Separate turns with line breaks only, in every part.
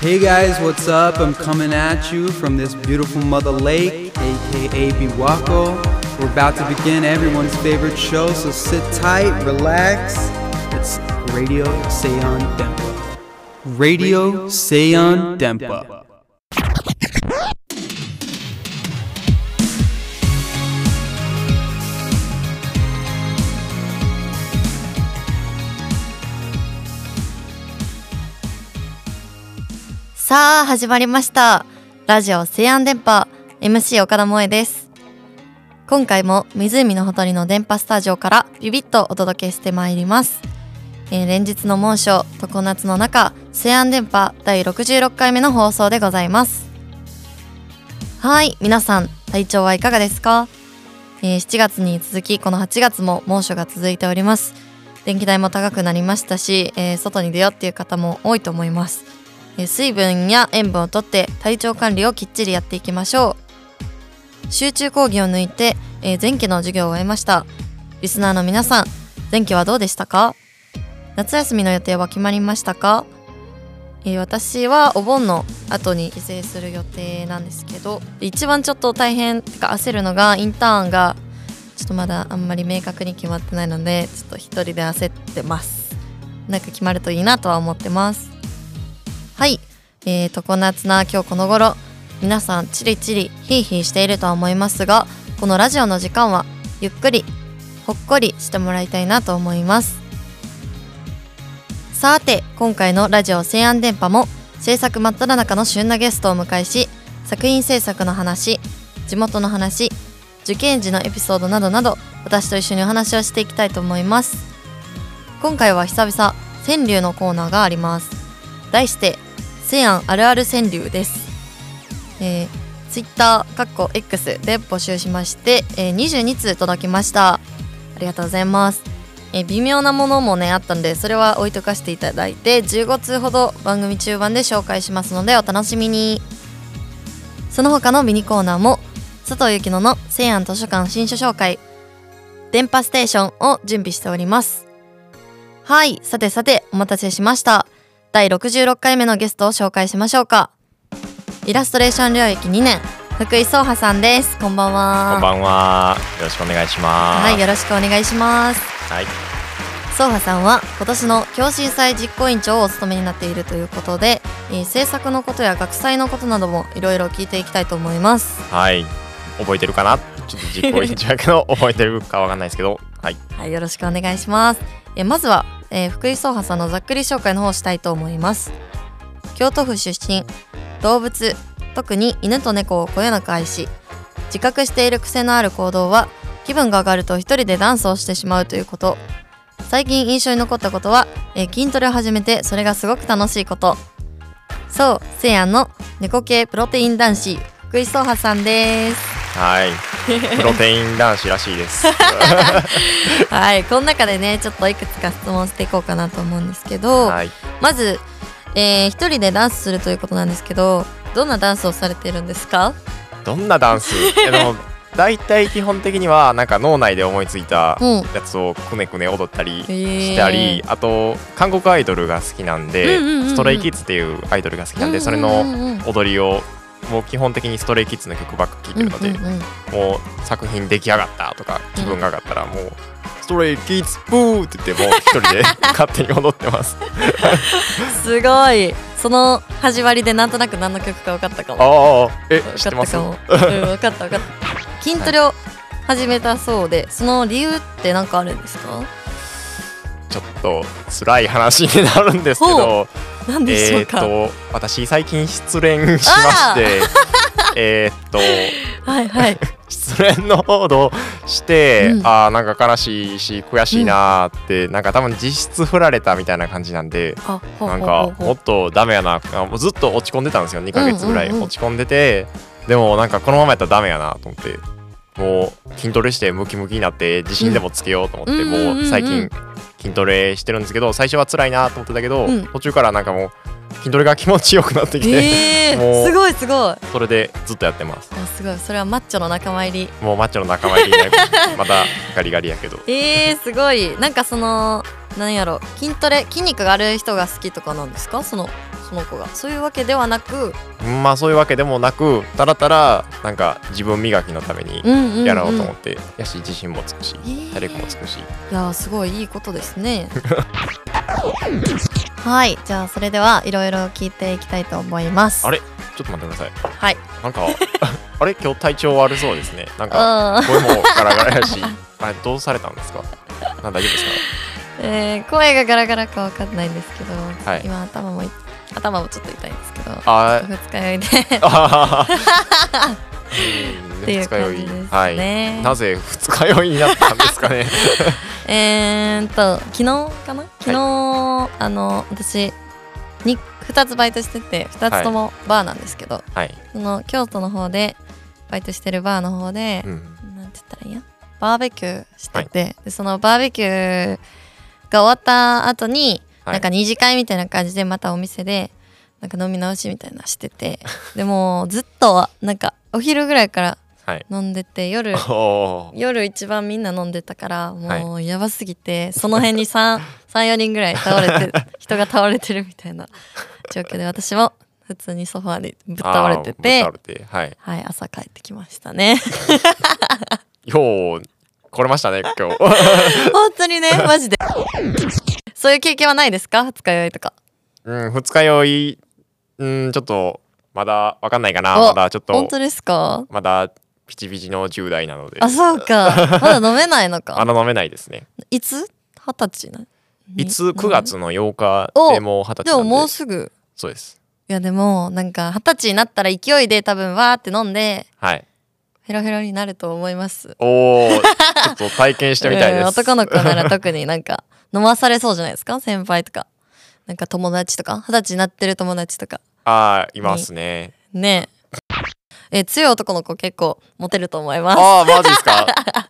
Hey guys, what's up? I'm coming at you from this beautiful mother lake, aka Biwako. We're about to begin everyone's favorite show, so sit tight, relax. It's Radio Seon Dempa. Radio Seon Dempa.
さあ始まりましたラジオ西安電波 MC 岡田萌えです今回も湖のほとりの電波スタジオからビビッとお届けしてまいります、えー連日の猛暑常夏の中西安電波第66回目の放送でございますはい皆さん体調はいかがですか、えー7月に続きこの8月も猛暑が続いております電気代も高くなりましたし、えー外に出ようっていう方も多いと思いますえー水分や塩分をとって体調管理をきっちりやっていきましょう集中講義を抜いて、えー前期の授業を終えましたリスナーの皆さん前期はどうでしたか夏休みの予定は決まりましたか、えー私はお盆の後に帰省する予定なんですけど一番ちょっと大変てか焦るのがインターンがちょっとまだあんまり明確に決まってないのでちょっと一人で焦ってますなんか決まるといいなとは思ってますはい、えー、常夏な今日この頃皆さんチリチリヒーヒーしているとは思いますがこのラジオの時間はゆっくりほっこりしてもらいたいなと思いますさて今回のラジオ西安電波も制作真っ只中の旬なゲストをお迎えし作品制作の話地元の話受験時のエピソードなどなど私と一緒にお話をしていきたいと思います今回は久々川柳のコーナーがあります題して「西安あるある川柳」です、えー、Twitter かっこ X で募集しまして、えー22通届きましたありがとうございます、えー微妙なものもねあったんでそれは置いとかしていただいて15通ほど番組中盤で紹介しますのでお楽しみにその他のミニコーナーも佐藤幸乃の西安図書館新書紹介「電波ステーション」を準備しておりますはいさてさてお待たせしました第66回目のゲストを紹介しましょうかイラストレーション領域2年福井聡波さんですこんばんは
こんばんは。よろしくお願いします。
はいよろしくお願いします
はい。
ソーハさんは今年の教師祭実行委員長をお務めになっているということで、えー制作のことや学祭のことなどもいろいろ聞いていきたいと思います。
はい。覚えてるかなちょっと実行委員長やけど、覚えてるかわかんないですけど。はい。
はい、よろしくお願いします。えーまずは、えー福井ソーハさんのざっくり紹介の方をしたいと思います。京都府出身、動物、特に犬と猫をこよなく愛し、自覚している癖のある行動は、気分が上がると一人でダンスをしてしまうということ。最近印象に残ったことは、えー筋トレを始めてそれがすごく楽しいこと。そう、せいやんの猫系プロテイン男子、福井ソーハさんです。
はい。プロテイン男子らしいです。
はい、この中でね、ちょっといくつか質問していこうかなと思うんですけど、
はい。
まず、えー一人でダンスするということなんですけどどんなダンスをされてるんですか
どんなダンスいやでも、大体基本的には、なんか脳内で思いついた
うん、
やつをくねくね踊ったり
し
したり、あと、韓国アイドルが好きなんで、
うんうんうんうん
ストレイキッズっていうアイドルが好きなんで、それの踊りを、もう基本的にストレイキッズの曲ばっか聴いてるので、もう作品出来上がったとか気分が上がったらもう、ストレイキッズブーって言っ てもう一人で勝手に踊ってます
すごいその始まりでなんとなく何の曲か分かったかも
ああえ
分か
知っ
って
ま
た
す
かも、うん、分かった分かった筋トレを始めたそうでその理由って何かあるんですか
ちょっと辛い話になるんですけ
ほ
ど
何でしょ
え
う
っ
か、
と私最近失恋しまして えっと
はいはい
失恋の報道して、
うん
ああなんか悲しいし悔しいなーって、なんか多分実質振られたみたいな感じ なんで
あほう
な
ほ
ん
う
か
ほう
もっとダメやなあもうずっと落ち込んでたんですよ2ヶ月ぐらい
うんうんうん
落ち込んでて、でもなんかこのままやったらダメやなと思ってもう筋トレしてムキムキになって自信でもつけようと思って、
うんうんうんうん
もう最近筋トレしてるんですけど最初は辛いなと思ってたけど、
うん
途中からなんかもう筋トレが気持ちよくなってきて、
え
も
ー、
う
すごいすごいあ
それでずっとやってます
すごいそれはマッチョの仲間入り
もうマッチョの仲間入り ねまたガリガリやけど
えー、すごいなんかそのなんやろ筋トレ筋肉がある人が好きとかなんですかそのその子がそういうわけではなく
まあそういうわけでもなくたらたらなんか自分磨きのために
うんうん、うん、
やろうと思
い
って、やし自信もつくし
ー
体力もつくし
やーすごいいいことですね はいじゃあそれではいろいろ聞いていきたいと思います
あれちょっと待ってください
はい
なんか あれ今日体調悪そうですねなんか
うん
声もガラガラやし あれどうされたんですかなん大丈夫です
えー声がガラガラかわかんないんですけど、
い
今頭もい頭もちょっと痛いんですけど
かあー
二日酔いでっ
あー うん
てい
二
う
日
感
酔い
じです
はい
ね、
なぜ二日酔いになったんですか ね
えーっと昨日かな昨日、あの私に2つバイトしてて2つともバーなんですけど、
はい、
その京都の方でバイトしてるバーの方で
う、ん、
なんて言ったらいいんやバーベキューしてて、でそのバーベキューが終わった後に、
はい
なんか二次会みたいな感じでまたお店でなんか飲み直しみたいなのしててでもうずっとなんかお昼ぐらいから
はい
飲んでて 夜
おおー
夜一番みんな飲んでたからもうやばすぎて、その辺に34 人ぐらい倒れて人が倒れてるみたいな状況で私も普通にソファーでぶっ倒れてて
あーぶっ倒れてはい
はい朝帰ってきましたね。
よう来れましたね今日
本当にね、マジで。そういう経験はないですか二日酔いとか。
うん二日酔いうんちょっとまだわかんないかな
お
まだちょっ
本
と
当ですか
まだピチピチの10代なので
あ、そうか。まだ飲めないの
ま
か。
だ飲めないですね
いつ二十歳ない
つ9月の8日
お
でもう二十歳
で
なん
も
で
もうすぐ。
そうです
いやでも、なんか二十歳になったら勢いで多分わーって飲んで、
はい
ヘロヘロになると思います。
おおちょっと体験してみたい
う
で
ん
す
男の子なら特になん か飲まされそうじゃないですか先輩とか。なんか友達とか。二十歳になってる友達とか。
あーいますね
ねえ。え、強い男の子結構モテると思います。
ああマジですか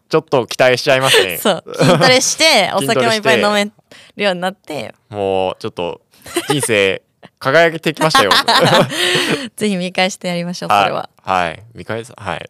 ちょっと期待しちゃいますね
そう筋トレ してお
筋トレ
酒もいっぱい
して
飲めるようになって
もうちょっと人生輝けてきましたよ
ぜひ見返してやりましょうそれは。
はいはい見返すはい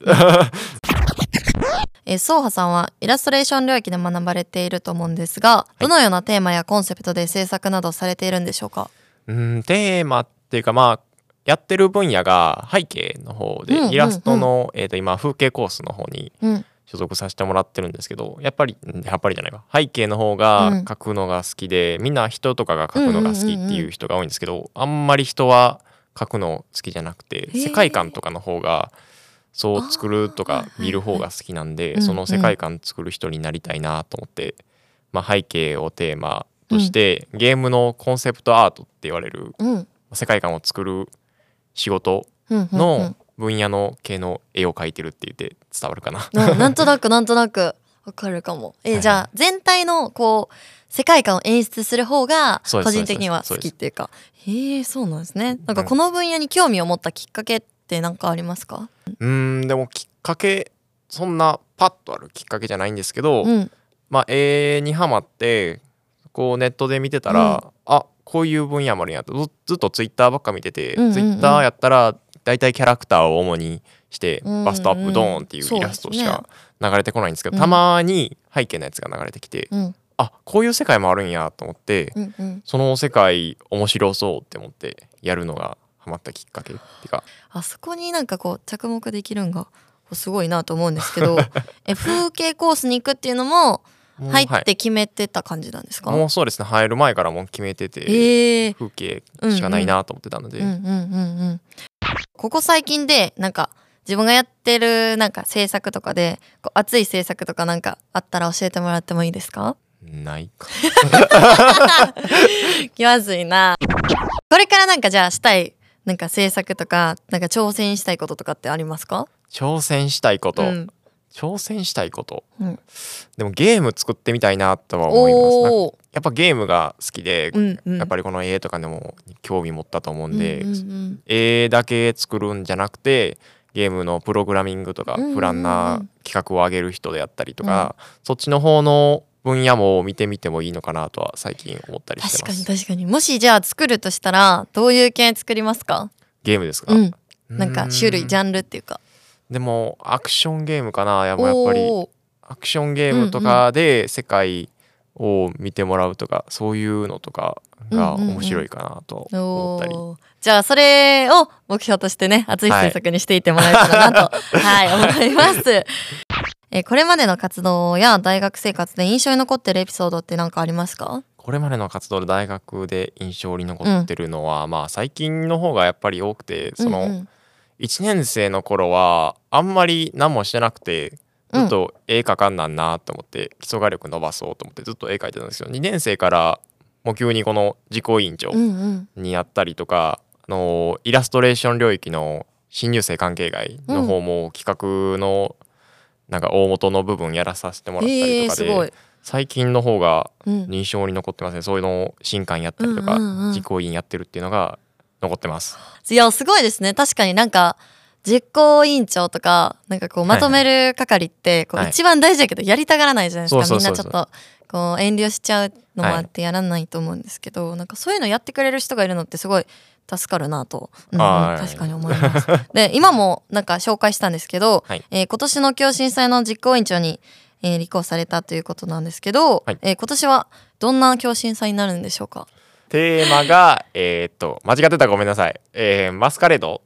えー、ソーハさんはイラストレーション領域で学ばれていると思うんですが、どのようなテーマやコンセプトで制作などされているんでしょうか
うん、テーマっていうかまあやってる分野が背景の方で、
うんうん
イラストの、えー、と今風景コースの方に
うん
所属させてもらってるんですけどやっぱりうんやっぱりじゃないか背景の方が
うん
描くのが好きで、みんな人とかが描くのが好きって
うんうんうん
いうう人が多いんですけど、あんまり人は描くの好きじゃなくて
ー
世界観とかの方がそう作ると
あ
か
ー
見る方が好きなんで、
うん
その世界観作る人になりたいなと思って、まあ、背景をテーマとして、ゲームのコンセプトアートって言われる
うん
世界観を作る仕事
うんうん
の分野の系の絵を描いてるって言って伝わるかな。
うん うんなんとなくなんとなくわかるかも。えーじゃあ全体のこう世界観を演出する方が
そう
個
です
人的には
そ
好
うです
きっていうかへえそうなんですね。なんかこの分野に興味を持ったきっかけって何かありますか、
うーんでもきっかけそんなパッとあるきっかけじゃないんですけど、
うん、
まあ絵にハマってこうネットで見てたら、あこういう分野もあるんやとずずっとツイッターばっか見てて、
うんうんうん
ツイッターやったら大体キャラクターを主にして、
うんうん
バストアップドーンっていう
そう
イ
ですね
ラストしか流れてこないんですけど、
うん
たまに背景のやつが流れてきて、
うん
あこういう世界もあるんやと思って、
うんうん
その世界面白そうって思ってやるのがハマったきっかけっていうか
あそこになんかこう着目できるんがすごいなと思うんですけ どえ風景コースに行くっていうのも
もう
入
は
って決めてた感じなんですか、
いもうそうですね入る前からもう決めてて、
ええ
風景しかないなと思ってたので、
うんうんうんうんここ最近でなんか自分がやってるなんか制作とかでこう熱い制作とかなんかあったら教えてもらってもいいですか
ないか
気まずいなこれからなんかじゃあしたいなんか制作とかなんか挑戦したいこととかってありますか
挑戦したいこと、
うん
挑戦したいこと
うん、
でもゲーム作ってみたいなとは思いますなんか
おー
やっぱゲームが好きで、
うんうん
やっぱりこの絵とかでも興味持ったと思う
うんん
で、
うんうん
絵だけ作るんじゃなくてゲームのプログラミングとか
うんうんうん
プランナー企画を上げる人であったりとか、そっちの方の分野も見てみてもいいのかなとは最近思ったりして
確
ま
かに
す
確かにもしじゃあ作るとしたらどういう系作りますか
ゲームですか、
うんなんか種類ジ
ゃ
ャンルっていうか
でもアクションゲームかなやっぱやっぱり
おー
アクションゲームとかで世界を見てもらうとかそういうのとかが面白いかなと思ったり、
おーじゃあそれを目標としてね熱い制作にしていってもらえたら なと、はい、思います。えーこれまでの活動や大学生活で印象に残ってるエピソードって何かありますか？
これまでの活動で大学で印象に残ってるのは、まあ最近の方がやっぱり多くてそ
うんう
の
ん
1年生の頃はあんまり何もしてなくてずっと絵描かんなんなと思って基礎画力伸ばそうと思ってずっと絵描いてたんですけど2年生からもう急にこの自己委員長
うんうん
にやったりとか、あのイラストレーション領域の新入生関係外の方も企画のなんか大元の部分やらさせてもらっ
え
たり
ー
とか
す
で、
ごい。
最近の方が
うん、
印象に残ってますねそういうのを新刊やったりとか、
うんうんうん
実行委員やってるっていうのが残ってます
いやすごいですね。確かになんか実行委員長とかなんかこうまとめる係ってこう
はい
一番大事だけどやりたがらないじゃないですか。
そうそうそう
みんな
そう
ちょっとこう遠慮しちゃうのもあってやらないと思うんですけど、なんかそういうのやってくれる人がいるのってすごい助かるなと、うん
は
確
い
かに思います。で今もなんか紹介したんですけど、
はい
えー今年の共震祭の実行委員長に、えー立候補されたということなんですけど、
はい
えー今年はどんな共震祭になるんでしょう か。
テーマがえーっと間違ってたらごめんなさい、えーマスカレード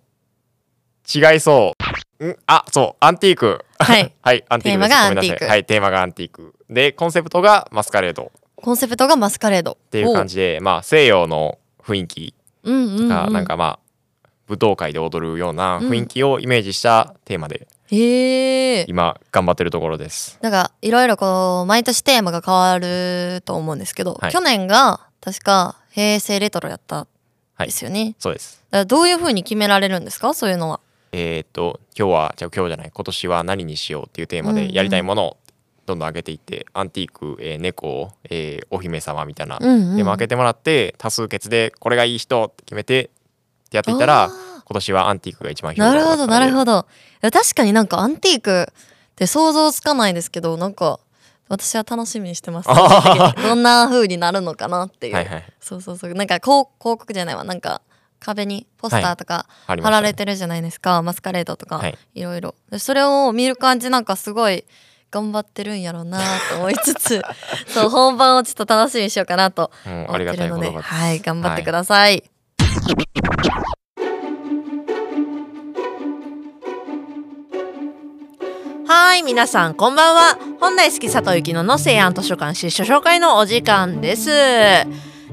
違いそうんあそうアンティーク
はい。
はいアンティークです
テーマが
ごめんなさ
アン
い
ティーク
はいテーマがアンティークでコンセプトがマスカレード
コンセプトがマスカレードっ
っていう感じで、まあ、西洋の雰囲気
うんうんうん、
がなんかまあ舞踏会で踊るような雰囲気をイメージしたテーマで
へえ
今頑張ってるところです。
なんかいろいろこう毎年テーマが変わると思うんですけど、
はい
去年が確か平成レトロやったんですよね、
そうです。
だからどういうふうに決められるんですかそういうのは
えーっと今日はじゃあ今日じゃない今年は何にしようっていうテーマ
うんうん
でやりたいものをどんどん上げていってアンティーク、えー猫、えーお姫様みたいな、
うんうん
でも上げてもらって多数決でこれがいい人って決めてってやっていったら
あー
今年はアンティークが一番評価
なるほどなる
ど
ほどいや確かになんかアンティークって想像つかないですけどなんか私は楽しみにして ます
あはは
どんな風になるのかなっていう、
はいはい
そうそうそうなんか広広告じゃないわなんか壁にポスターとか
ありま
貼
し
ら
たね
れてるじゃないですか、マスカレードとか、
はい
い、ろいろでそれを見る感じなんかすごい頑張ってるんやろうなと思いつつ そう本番をちょっと楽しみにしようかなと
う
思
ん
っ
あ
て
りがた
る
い言
の
葉
で、
です
はい、頑張ってください、
はい、皆さん、こんばんは。本来好き佐藤幸乃の西安図書館出書紹介のお時間です。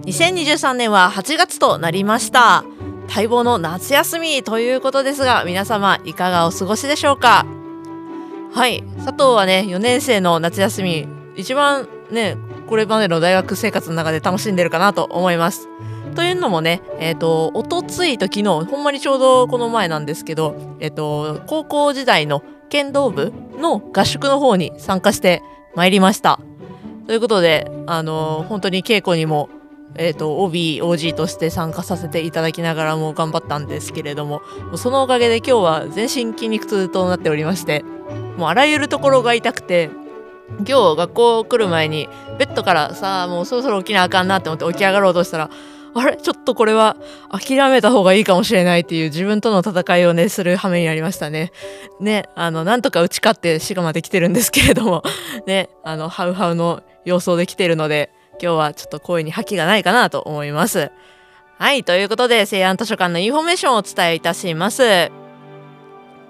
2023年は8月となりました。待望の夏休みということですが、皆様、いかがお過ごしでしょうかはい、佐藤はね、4年生の夏休み、一番ね、これまでの大学生活の中で楽しんでるかなと思います。というのもね、えっ、と、おとついと昨日、ほんまにちょうどこの前なんですけど、えっ、と、高校時代の剣道部の合宿の方に参加してまいりました。ということで、あの本当に稽古にも、えっ、と、OB、OG として参加させていただきながらも頑張ったんですけれども、もうそのおかげで今日は全身筋肉痛となっておりまして、もうあらゆるところが痛くて、今日学校来る前にベッドからさあもうそろそろ起きなあかんなって思って起き上がろうとしたらあれちょっとこれは諦めた方がいいかもしれないっていう自分との戦いをねする羽目になりましたね。ねあのなんとか打ち勝って滋賀まで来てるんですけれどもねあのハウハウの様相で来てるので今日はちょっと声に覇気がないかなと思います。はいということで西安図書館のインフォメーションをお伝えいたします。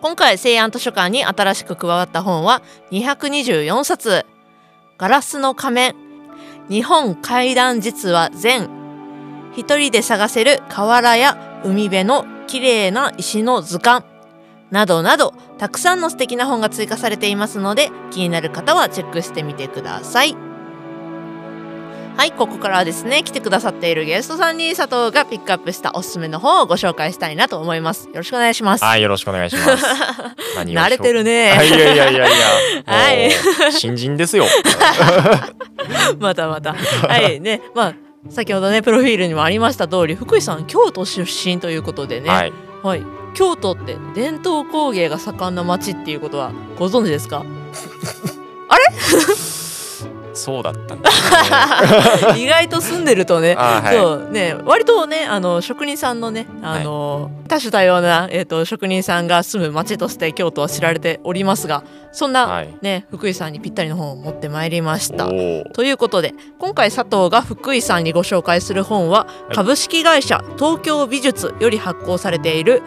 今回西安図書館に新しく加わった本は224冊「ガラスの仮面」「日本怪談実話全」「一人で探せる河原や海辺の綺麗な石の図鑑」などなどたくさんの素敵な本が追加されていますので気になる方はチェックしてみてください。はい、ここからはですね、来てくださっているゲストさんに佐藤がピックアップしたおすすめの本をご紹介したいなと思います。よろしくお願いします。
はいよろしくお願いします 何をしよう
慣れてるね。
あいやいやいやい
は
や
い。
もう新人 ですよ。
またまた。はいね。まあ先ほどねプロフィールにもありました通り福井さん京都出身ということでね、は
はいい。
京都って伝統工芸が 盛んな町っていうことはご存知ですか
そうだったんです
意外と住んでるとね、
あはい
そうね、割とね、あの職人さんのね、あの、多種多様なえっ、と職人さんが住む町として京都は知られておりますが、そんな、
はい
ね福井さんにぴったりの本を持ってまいりまし
ね。
た
お。ー
ということで今回佐藤が福井さんにご紹介する本は、
い
株式会社東京美術より発行されている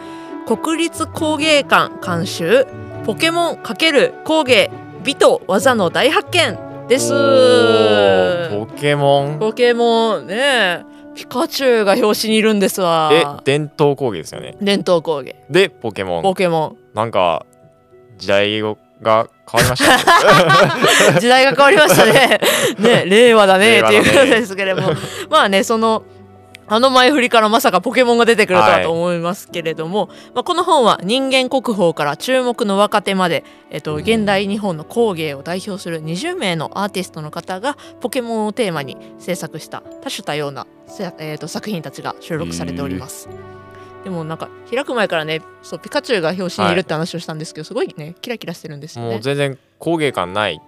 国立工芸館監修ポケモン×工芸美と技の大発見です
おーポケモン。
ポケモンねピカチュウが表紙にいるんです
で
わ
伝統工芸ですよね。
伝統工芸
でポケモン
ポ。ケモ
なんか時代が変わりましたね。
ン 時代が変わりまし たねね令和だね
令和
っ
だ
てい
ね
うことですけれど もまあねそのあの前振りからまさかポケモンが出てくるとはと思いますけれども、まあ、この本は人間国宝から注目の若手まで、えっと、現代日本の工芸を代表する20名のアーティストの方がポケモンをテーマに制作した多種多様な、せえっと、作品たちが収録されております。でもなんか開く前からねそうピカチュウが表紙にいるって話をしたんですけど、すごいねキラキラしてるんですよ
もう
ね。
全然工芸感ない。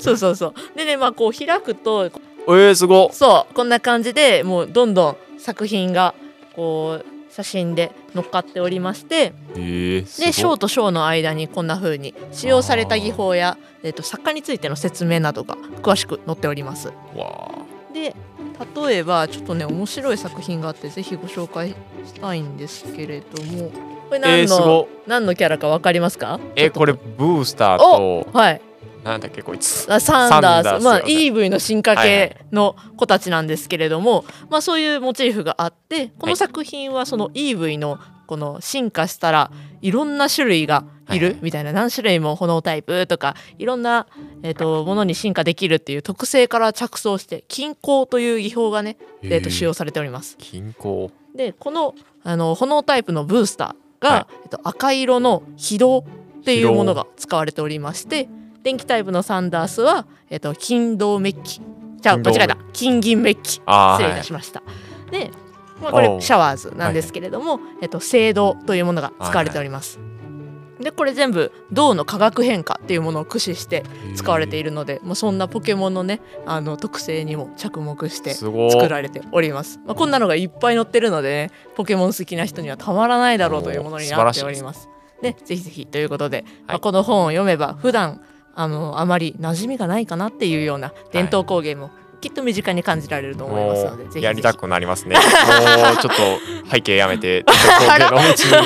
そうそうそうでねまあこう開くと
えー、すごっ。
そうこんな感じでもうどんどん作品がこう写真で乗っかっておりまして
えー、すご
で
っ
章と章の間にこんな風に使用された技法や、えっと作家についての説明などが詳しく載っております。
わー
で例えばちょっとね面白い作品があってぜひご紹介したいんですけれどもこ
え
れ何
ー、す
の、
ごっ。
何のキャラかわかりますか
えー、これブースターと
はい
なんだっけこいつ。
あサン
サ
ダース
ンダース
ま
よ
あ、
ね
EV の進
は
化
いは
系
い
の子たちなんですけれども、まあ、そういうモチーフがあってこ
は
の
い
作品はその EV のこの進化したらいろんな種類がいる
はい
みたいな何種類も炎タイプとかいろんな、えー、とものに進化できるっていう特性から着想して均衡という技法がね、えー、と使用されております。
均衡。
でこのあの炎タイプのブースターが、
は
えっと、赤色の軌道ってい
軌道
うものが使われておりまして電気タイプのサンダースは、えっと、金銅メッキじゃあ
金銅
間違えた金銀メッキ
あ
失
ー
礼い
は
た
い。
しました。で、まあ、こ
お
れ
う
シャワーズなんですけれども、えっと、青銅というものが使われております。でこれ全部銅の化学変化っていうものを駆使して使われているので、まあ、そんなポケモンのねあの特性にも着目して
すごっ
作られております。まあ、こんなのがいっぱい載ってるのでね、ポケモン好きな人にはたまらないだろうというものになっております。ね、ぜひぜひということで、まあ、この本を読めば普段あのあまり馴染みがないかなっていうような伝統工芸もきっと身近に感じられると思いますので、
も
ぜひ
う
ぜひ
やりたくなりますね。もうちょっと背景やめて、ちょっと工芸の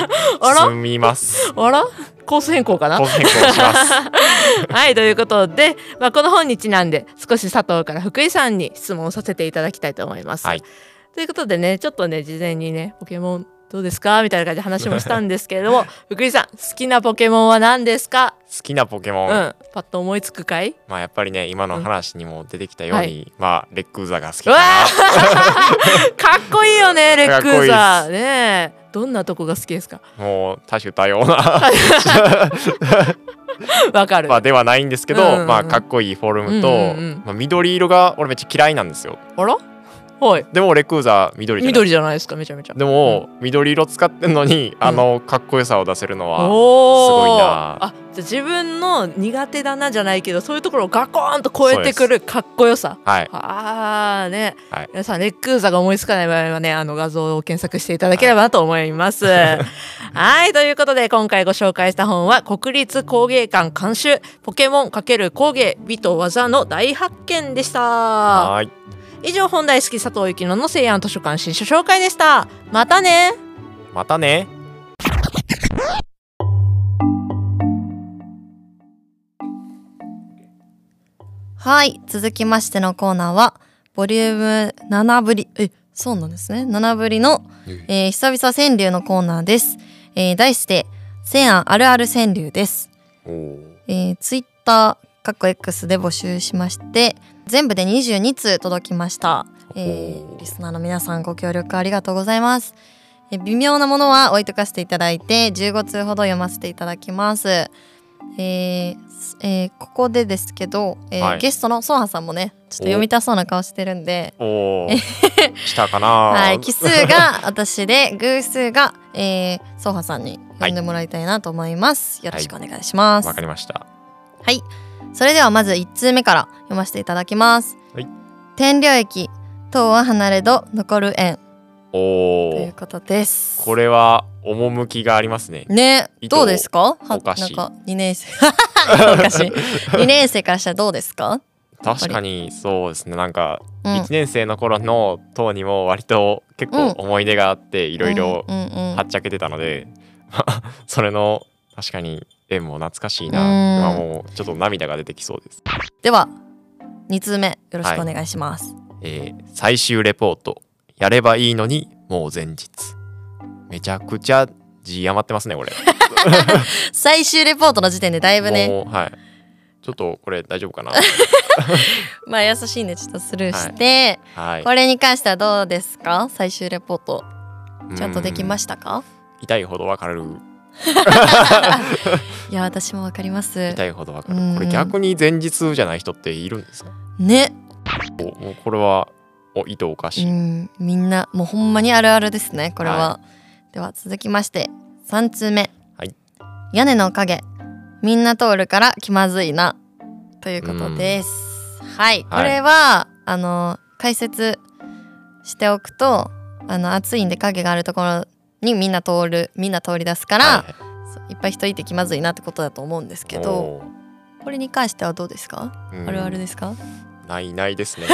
あら
道に進みます。
あらコース変更かな
コース変更します。
はいということで、まあ、この本にちなんで少し佐藤から福井さんに質問をさせていただきたいと思います。
はい
ということでねちょっとね事前にね「ポケモンどうですか?」みたいな感じで話もしたんですけれど も福井さん好きなポケモンは何ですか、
好きなポケモン、
うんパッと思いつくかい
まあやっぱりね今の話にも出てきたよう
は
に、まあレッグウザが好き
う
か
わ
な。
ー かっこいいよねレックウ
かっ
ザ
こ
ーねえどんなとこが好きですか
もう多種多様な、
わかる、
まあではないんですけど、
うんうんうん
まあかっこいいフォルムと、
うんうんうん
まあ、緑色が俺めっちゃ嫌いなんですよ。
あらはい
でもレッグウザ緑じゃない。
緑じゃないですかめちゃめちゃ
でも、緑色使ってんのにあのかっこよさを出せるのは、
おー
すごいな
あじゃあ自分の苦手だなじゃないけどそういうところをガコーンと超えてくるかっこよさ
はい
あーね、
はい
皆さんレックウザが思いつかない場合はねあの画像を検索していただければなと思います。 はい、ということで今回ご紹介した本は国立工芸館監修ポケモン×工芸美と技の大発見でした。
はーい
以上本大好き佐藤幸乃の西安図書館新書紹介でした。またね。
またね。
はい続きましてのコーナーはボリューム7ぶりえそうなんですね7ぶりの、えー久々川柳のコーナーです、えー題して「西安あるある川柳」です、
おー
えー、ツイッターかっこ X で募集しまして全部で22通届きました、えー
おー
リスナーの皆さんご協力ありがとうございますえー微妙なものは置いとかせていただいて15通ほど読ませていただきますえーすえーここでですけど、えー
はい
ゲストのソンハさんもねちょっと読みたそうな顔してるんで
お ーしたかな。
はい、奇数が私で偶数が、えー、ソハさんに読んでもらいたいなと思います、よろしくお願いします、
わかりました。
はい。それではまず1通目から読ませていただきます、
はい
天領駅塔は離れど残る縁
お
とい
お
う。ことです
これは趣がありますね。
ね
糸
どうですかは
お菓子
なんか2年生 お菓子2年 生からしたらどうですか、
確かにそうですね。なんか
うん、
1年生の頃の党にも割と結構思い出があってい
い
ろいろ
うんうんうん
はっちゃけてたので、 それの確かに縁も懐かしいな。
うん
今もうちょっと涙が出てきそうです。
では2通目よろしくお願いします、
えー最終レポートやればいいのにもう前日めちゃくちゃ字余ってますねこれ
最終レポートの時点でだいぶね
もうはいちょっとこれ大丈夫 かな
まあ優しいんでちょっとスルーして、
はい
これに関してはどうですか最終レポートちゃんとできま
し
したか
た痛いほどわかる
いや私もわかります
痛いほどわか
うん
るこれ逆に前日じゃない人っているんですか
ね、
おもうこれはおいとおかし
う
い、
ん、みんなもうほんまにあるあるですねこれは、
は
では続きまして3通目、
はい
屋根の影みんな通るから気まずいなということですはいこれは、あの解説しておくとあの暑いんで影があるところにみんな通るみんな通り出すから、
はいはい
そういっぱい人いて気まずいなってことだと思うんですけど
おー
これに関してはどうですか、
うん
あるあるですか
ないないですね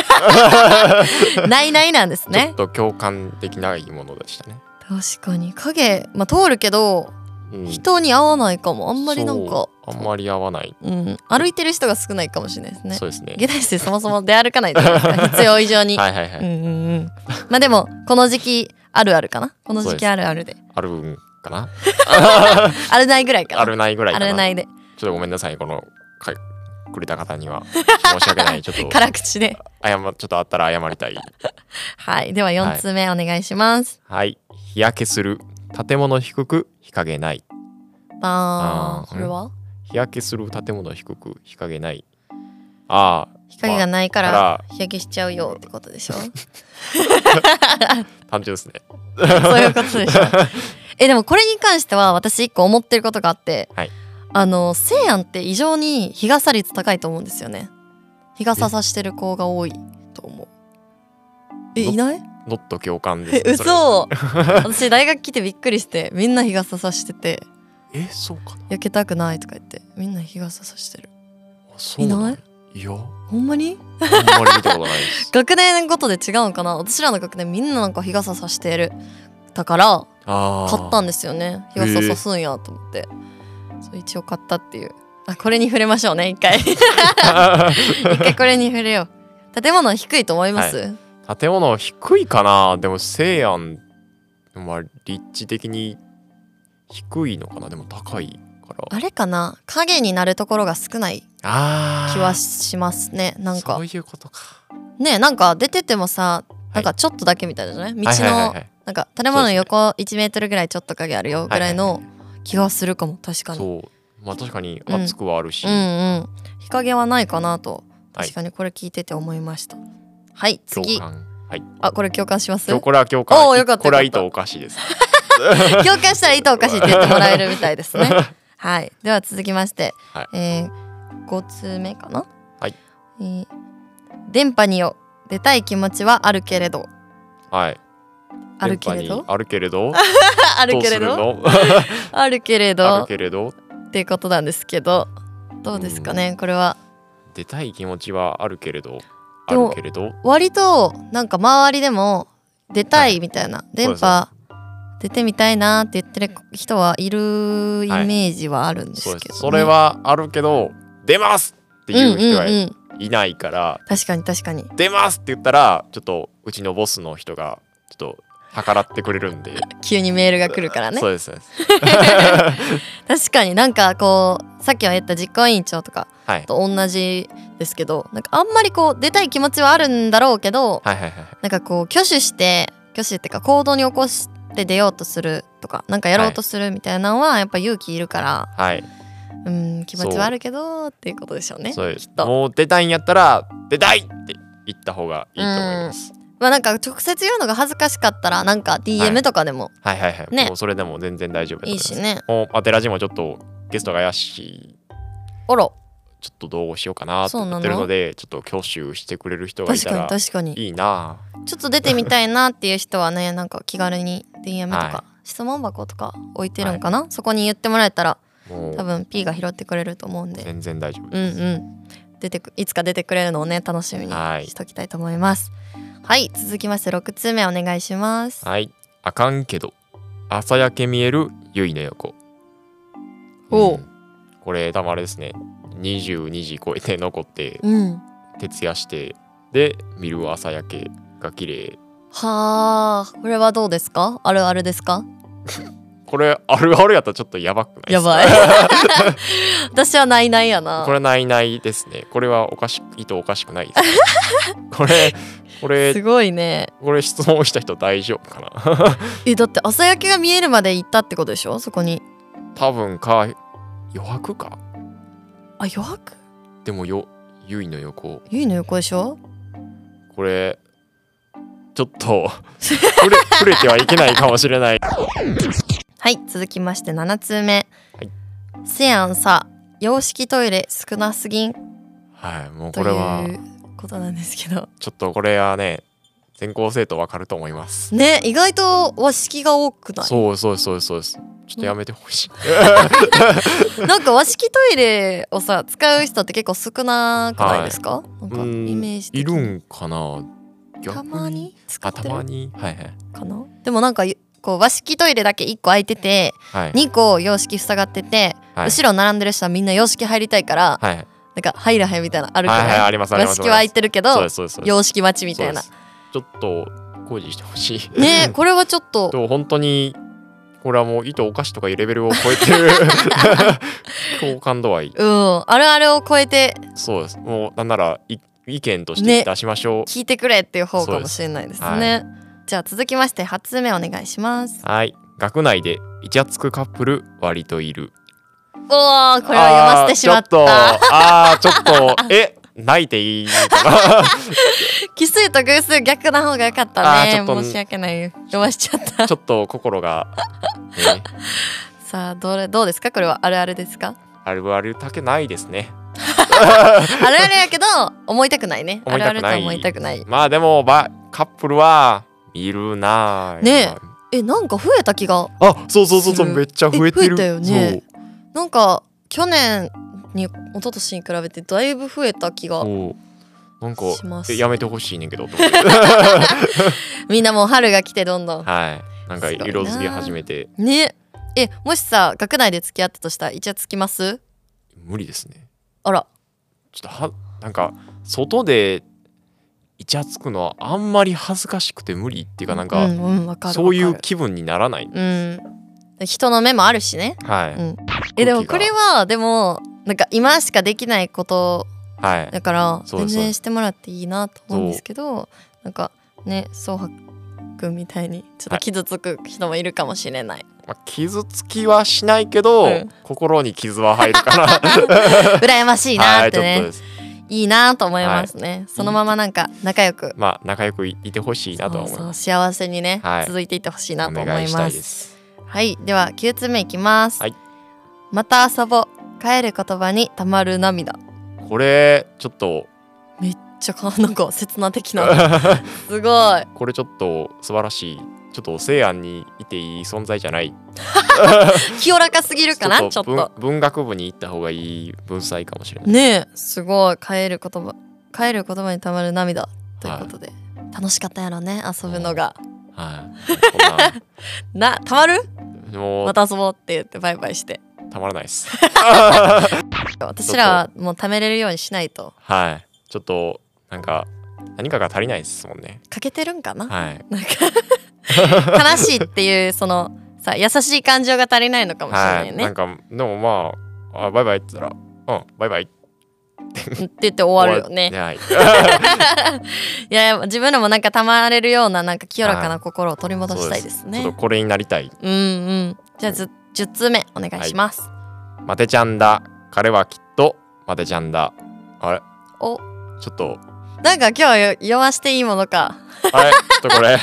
ないないなんです
ちょっ
ね
と共感できないものでしたね、
確かに影まあ通るけど
うん
人に会わないかもあんまりなんか
そうあんまり合わない、
うん、歩いてる人が少ないかもしれないですね
そうですね
下大生そもそも出歩かないじゃないですか必要以上に、
はいはいはい、
うんうんうんまあでもこの時期あるあるかなこの時
そうで
期
す
あるあるで
あるんかな
あるないぐらいかな
あるないぐらいかな
あるないで
ちょっとごめんなさいこのかくれた方には申し訳ないちょっ と
辛口で
謝ちょっとあったら謝りたい
はいでは4つ目お願いします、
はい日焼けする建物低く日陰ない
あ
あ
ー
ー
これは
日焼けする建物低く日陰ないああ
日陰がないか
ま
ら
あ
日焼けしちゃうよってことでしょそ
単純ですね
ういうことでしょえでもこれに関しては私一個思ってることがあって、
はい
あの西安って異常に日傘率高いと思うんですよね日傘さしてる子が多いと思うえ
ど
いない
ノット共感です、
え
ね、それ
嘘私大学来てびっくりしてみんな日傘さしてて
えそうかな
焼けたくないとか言ってみんな日傘さしてる
あそうな
いな
の
い
やあん
ほんまに
まり見たことないで す
学年ごとで違うのかな私らの学年みんななんか日傘さしてるだから
ああ
買ったんですよね日
へえ
傘さすんやと思って、そう一応買ったっていうあこれに触れましょうね一 回一回これに触れよう建物低いと思います、
建物低いかなでも西安まあ立地的に低いのかなでも高いから
あれかな影になるところが少ない
あー
気はしますねなんか
そういうことか
ねなんか出ててもさなんかちょっとだけみたいじゃない、道のなんか建物の横1メートルぐらいちょっと影あるよぐらい
は
の気がするかも確かに、
そうまあ確かに暑くはあるし、
うんうん日陰はないかなと
はい
確かにこれ聞いてて思いましたはい
共
次
感はい
あこれ共感します
今
共
日これは共感
おーよかった
これは
よかった
糸おかしいです
感したらいいとおかしいって言ってもらえるみたいですねはいでは続きまして、
はい
えー、5通目かな
はい、
えー電波によ出たい気持ちはあるけれど
はい
あるけれ
電波に
ど
あるけ れど
ある
どう
け
す
れ
る
ど
の
あるけれ
ある
ど
けれど
っていうことなんですけどどうですかね、これは
出たい気持ちはあるけれどあ
でも
るけれど
割となんか周りでも出たいみたいな、電波出てみたいなって言ってる人はいるイ
はい
メージはあるんです
そう
けど、ね
ですそれはあるけど出ますっていう
う
人
んうん
が
うん、
いないから、
確かに確かに
出ますって言ったらちょっとうちのボスの人がちょっと計らってくれるんで、
急にメールが来るからね
そうですそうです
確かになんかこうさっきは言った実行委員長とか
はい
と同じですけどなんかあんまりこう出たい気持ちはあるんだろうけど、
はいはいはい
なんかこう挙手して挙手っていうか行動に起こして出ようとするとかなんかやろうとするみたいなのはやっぱ勇気いるから、
はい
うん気持ちはあるけどっていうことでしょうね
そうです
きっと
もう出たいんやったら出たいって言った方がいいと思います
まあなんか直接言うのが恥ずかしかったらなんか
は
DM
い
とかでも
はいはいはい、
ね
もうそれでも全然大丈夫だと思
いい
ます
しね、
もうアテラジもちょっとゲストが怪しい
おろ
ちょっとどうしようかなと思ってるのでちょっと挙手してくれる人がい
確
た
かに
ら
確かに
いいな
ちょっと出てみたいなっていう人はねなんか気軽に DM とか、
は
質問箱とか置いてるんかな、そこに言ってもらえたら
も
多
う
分 P が拾ってくれると思うんで
全然大丈夫
う
です、
んうん出てくいつか出てくれるのをね楽しみに
はい
しときたいと思いますはい、続きまして6通目お願いします
はいあかんけど朝焼け見えるゆいの横
おう
うんこれ多分あれですね22時超えて残って
うん
徹夜してで見る朝焼けが綺麗
はあこれはどうですかあるあるですか
これあるあるやったらちょっとやばくないで
や
すか
ばい私はないないやな
これないないですねこれはおかしいとおかしくないですね、 これこ
す
れ
ごいね
これ質問した人大丈夫かな
えだって朝焼けが見えるまで行ったってことでしょそこに
多分か余白か
あ余白
でもよゆいの横
ゆいの横でしょ
これちょっ と触れ触れてはいけないかもしれない
はい続きまして7通目、
はい
せやんさ洋式トイレ少なすぎん
はいもう
と
こ
い
れは
うことなんですけど
ちょっとこれはね全校生徒わかると思います
ね意外と和式が多くない
そうそうそうそうです。ちょっとやめてほしい。
なんか和式トイレをさ使う人って結構少なくないですか、なんかイ
うん
メージ的
いる
に
んかな。逆
たまに使
あ
って
た
る
まに。はいはい。
かなでもなんかこう和式トイレだけ1個空いてて
はい。
2個洋式塞がってて、
はい
後ろ並んでる人はみんな洋式入りたいから、
はいはい
なんか入らへんみたいなのある
はい
か
ありますあ
ら
り
和
ます。
式は空いてるけ
そう
ど
ですそうですそうです。
洋式待ちみたいな
そうです。ちょっと工事してほしい。
ね これはちょっと
と本当にこれはもう糸お菓子とかいうレベルを超えて る好感度合い。
うんあるあるを超えて
そうです。もうなんならい意見とし
ね
て出しましょう。
聞いてくれっていう方かもしれないですね
そうで
じゃあ続きまして8つ目お願いします
はい。学内でイチャつくカップル割といる。
おおこれは読ませてしまった
あーちょっとあーちょっとえ泣いていいとか
奇数と偶数逆な方が良かった
あーち
ね
ょっと
申し訳ない読ましちゃった
ちょっと心が、ね、
さあどれどうですかこれはあるあるですか
あるあるだけないですね
あるあるやけど思いたくないね
思いたくない
あるあると思いたくない
まあでもばカップルは見るな
ねええなんか増えた気が
あそうそうそうそ
す
う
る
めっちゃ増えてる
え増えたよねなんか去年に一昨年に比べてだいぶ増えた気
そ
が
うもうなんか
します
えやめてほしいねんけど と思っては
みんなもう春が来てどんどん
いなんか色づき始めて
ねえもしさ学内で付き合ったとしたらイチャつきます
無理ですね
あら
ちょっとはなんか外でイチャつくのはあんまり恥ずかしくて無理っていうかなんか、
うんうんわかる
そうい
わ
う
か
気分にならない。
るうん人の目もあるしね
はい。
うんえでもこれはでもなんか今しかできないこと
はい。
だから
そ
全
うです
然してもらっていいなと思うんですけどなんかねそうはくんみたいにちょっと傷つく人もいるかもしれない、
まあ、傷つきはしないけど、
うん
心に傷は入るから。
羨ま しいな
は
っ
い、ち
て
ょっ
ね
とです。
いいなと思いますね、そのままなんか仲良く
まあ、仲良くいてほしいなと
そ
は思
う
い
そ
ま
う
す。
幸せにね、
はい
続いていってほしいなと
お
思い
願いした
ま
い
す
です。
はいでは9つ目いきます、
はい
また遊ぼう帰る言葉にたまる涙
これ、ちょ っと、
めっちゃかなんか切な的 なすごい
これちょっと素晴らしい。ちょっと西安にいていい存在じゃない。
清らかすぎるかなちょっ
文
と
文学部に行った方がいい文才かもしれな い。
ねえすごい帰る言葉帰る言葉にたまる涙ということで、楽しかったやろね遊ぶのが
はい。
なたまる
こんなもう、
また遊ぼうって言ってバイバイして
たまらないです。
私らはもうためれるようにしないと
はい。ちょっと、なんか、何かが足りないですもんね。
欠けてるんかな
はい。
なんか悲しいっていうそのさ優しい感情が足りないのかもしれないよね、
なんかでもまああバイバイって言ったらうんバイバイ
って言って終わるよね
はい
いやいや自分らもなんかたまれるようななんか清らかな心を取り戻したいです
ちょっ
ね
とこれになりたい
うんうんじゃあず10通目お願いします、
マテちゃんだ彼はきっとマテちゃんだあれ
お
ちょっと
なんか今日よ酔わしていいものか
あれちょっとこれ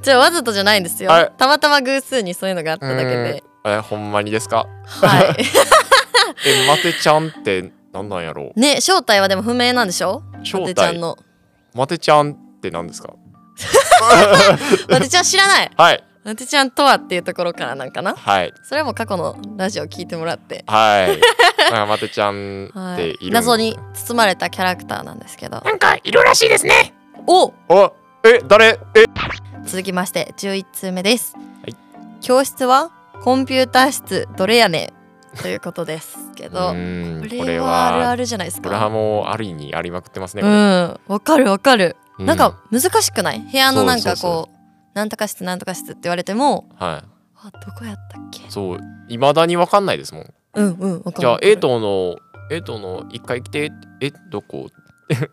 じゃあわざとじゃないんですよ
はい
たまたま偶数にそういうのがあっただけで
えほんまにですか
はい
えマテちゃんって何なんなんやろう
ね正体はでも不明なんでしょ
正
マテちゃん
体
の
マテちゃんって何ですか
マテちゃん知らない
はい
マテちゃんとはっていうところからなんかな
はい
それはもう過去のラジオ聞いてもらって、
はいなんかマテちゃんっ
は
て
い
いる
謎に包まれたキャラクターなんですけど
なんかいるらしいですね
お
あえ誰え
続きまして11通目です、
い
教室はコンピューター室どれやねんということですけど
うーん
こ
これ
れはあるあ
は
るじゃないです
これは
か
もうある意味ありまくってます
う
ねこれ
んわかるわかる、
う
なんか難しくない部屋のなんかこう
そうそ
なんとか室なんとか室って言われても
は
あどこやったっけ
いそういまだにわかんないですもん
うんうんわかる
じゃあ
わかる
A 棟の A 棟の一回来てえどこ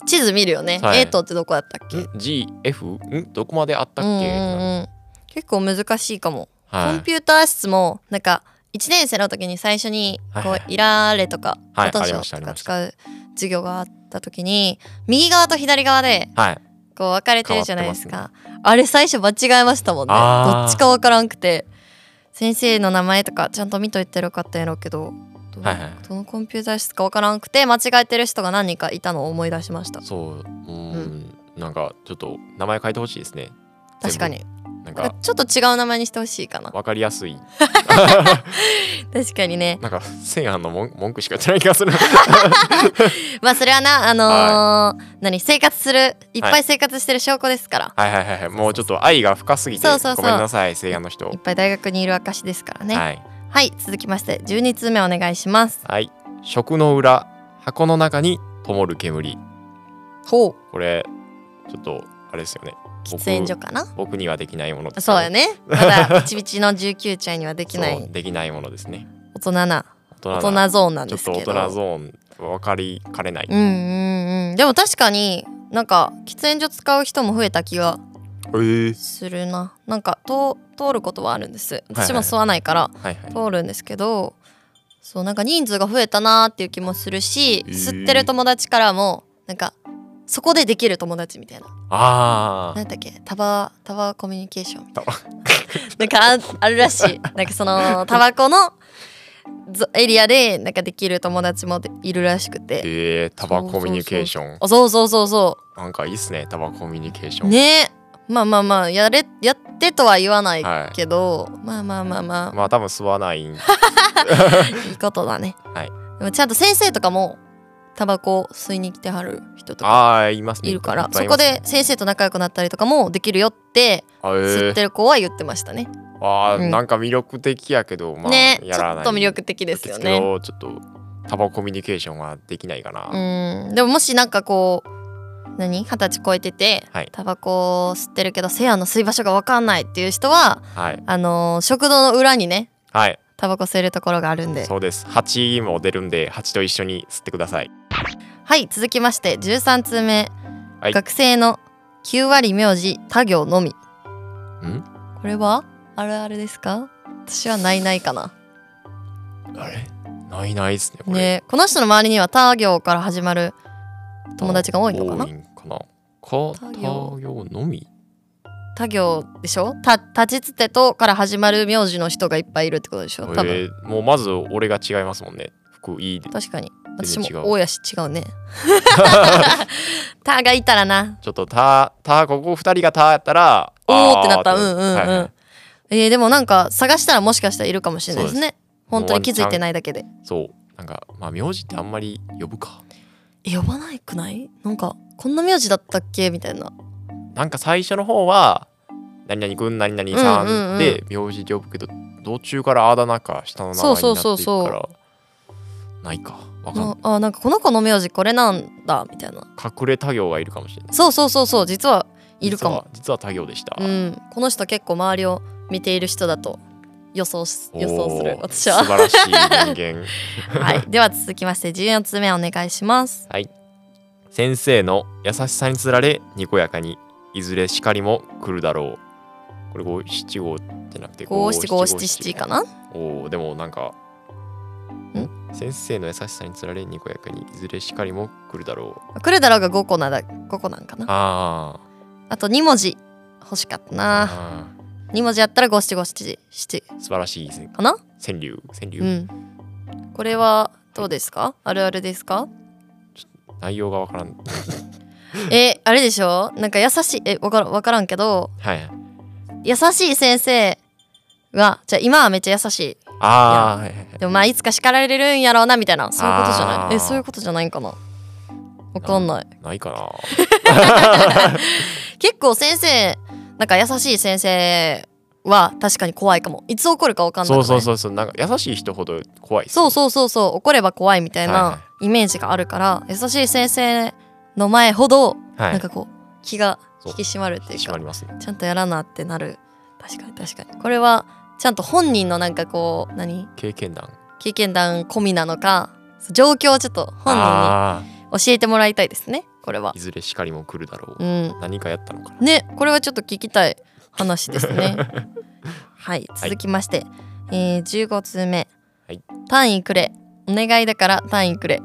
地図見るよね、
はい
A 棟ってどこやったっけ
ん ?GF? んどこまであったっ
うん
け、
うんうん結構難しいかも
は
コ
い
ンピューター室もなんか1年生の時に最初にこ
は
う
いはい
られとか
はい
フォト
あ
シ
り
ョ
ました
ーと
あり
か
ました
使う授業があった時に右側と左側で
はい
こう分かれてるじゃないですかあれ最初間違えましたもんね
あー
どっちか分からんくて先生の名前とかちゃんと見といてよかったやろうけどど,、
はいはい
どのコンピューター室か分からんくて間違えてる人が何人かいたのを思い出しました
そううーんなんかちょっと名前変えてほしいですね
確かに
なん
なんか
か
ちょっと違う名前にしてほしいかな
わかりやすい
確かにね
なんかせいはんの文文句しか言ってない気がする
まあそれはなあのー何生活するいっぱい生活してる証拠ですから、
はいはいはいはいもうちょっと愛が深すぎて
そうそうそう
ごめんなさいせいはんの人
い、っぱい大学にいる証ですからねはい、
はい
続きまして12通目お願いします
はい食の裏箱の中に灯る煙
ほう
これちょっとあれですよね僕
喫煙所かな
僕にはできないものです
そうや
ね
ねまだピチピチの19歳にはできな
そう
い
できないものですね
大人な
大人
大人
な
ゾーンなん
ちょ
で
っ
すけ
と
ど
大人ゾーン分かりかねない、
うんうんうんでも確かになんか喫煙所使う人も増えた気が
ええ
するななんか通通ることはあるんです
はい
私も吸わないから、
はいはい
通るんですけどそうなんか人数が増えたなーっていう気もするし、
えー
吸ってる友達からもなんかそこでできる友達みたいな
ああ
何だっけタバタバコミュニケーションみたい ななんかああるらしいなんかそのタバコのぞエリアでなんかできる友達もでいるらしくて
ええタバコミュニケーション
あそうそうそうそ
なんかいいっすねタバコミュニケーショ
う
ン、
ねまあまあまあやれやってとは言わない
はい
けど、まあまあまあまあ
まあ多分吸わない ん
いいことだね。
はい
でもちゃんと先生とかもタバコ吸いに来てはる人とか
ああいますね
いるから、
っぱ
そ
いいま
こ
す
で先生と仲良くなったりとかもできるよって
あえ
吸
え
ってる子は言ってましたね。
あー、
うん
なんか魅力的やけどまあ、
ね、ちょ
やらな
っ
い
と魅力的ですよ
け
ね。
どちょっとタバコミュニケーションはできないかな、
うん、でももしなんかこう何二十歳超えてて、
はい
タバコを吸ってるけどセアの吸い場所が分かんないっていう人は
はい
あのー食堂の裏にね
はい
タバコ吸えるところがあるんで
そうです蜂も出るんで蜂と一緒に吸ってください
はい続きまして13通目、
はい
学生の9割名字他行のみ
ん
これはあるあるですか私はないないかな
あれないないっすねこれ
ねこの人の周りには他行から始まる友達が多いのかな
多いんかなか
他
他
行
行のみ
他行でしょた立ちつてとから始まる名字の人がいっぱいいるってことでしょ多分、
えーもうまず俺が違いますもんね服いいで
確かに私
全然違う
も大やし違 うね他がいたらな
ちょっとたたここ二人がたやったら
おーってなった
あー
うんうんうん、
はいはい
えーでもなんか探したらもしかしたらいるかもしれないです
そ
ね本当に気づいてないだけで
そうなんかまあ名字ってあんまり呼ぶか
え呼ばないくないなんかこんな名字だったっけみたいな
なんか最初の方は何々君何々さ
うんうんうん
んで名字で呼ぶけど道中からあだ名か下の名前にな
そうそ
っ
う
てい
そう
くか
そ
らないかわかんない
ああなんかこの子の名字これなんだみたいな
隠れ他行がいるかもしれない
そうそうそうそう実はいるかも
実は実は他行でした、
うんこの人結構周りを見ている人だと予想し
おー
予想する私
素
は、
晴らしい人間
はい、では続きまして14つ目お願いします
先生の優しさにつられにこやかにいずれ叱りも来るだろうこれ五七五じゃなくて
五七五七七かな
おおでもなんか
ん
先生の優しさにつられにこやかにいずれ叱りも来るだろう
来るだろうが5個なだ5個なんかなあ
あー
と2文字欲しかったな
あ
2文字やったら五七五七七
ー素晴らしいですね
かな
川柳川柳、
うんこれはどうですかあるあるですか
内容がわからん。
えあれでしょなんか優しいえわからわからんけど
はい。
優しい先生はじゃあ今はめっちゃ優しい
ああー、はいはいはい。
でもまあいつか叱られるんやろうなみたいなそういうことじゃ
あ
な
ー
いえそういうことじゃないんかなわかんない
ないかな。
結構先生なんか優しい先生は確かに怖いかもいつ怒るかわかんない
そうそうそうそう、なんか優しい人ほど怖いっす。
そうそうそうそう怒れば怖いみたい
はいは
なイメージがあるから、優しい先生の前ほど
は
なん
い。
かこう気が引き締まるって
引
いう
き締
か
まりますね。
ちゃんとやらなってなる確かに確かにこれはちゃんと本人のなんかこう何
経験談。
経験談込みなのか状況をちょっと本人
ああ
に教えてもらいたいですねこれは
ー、いずれ叱りも来るだろう。
うん
何かやったのかな。
ねこれはちょっと聞きたい話です ねはい続きまして、えー、15通目、
はい
単位くれお願いだから単位くれ、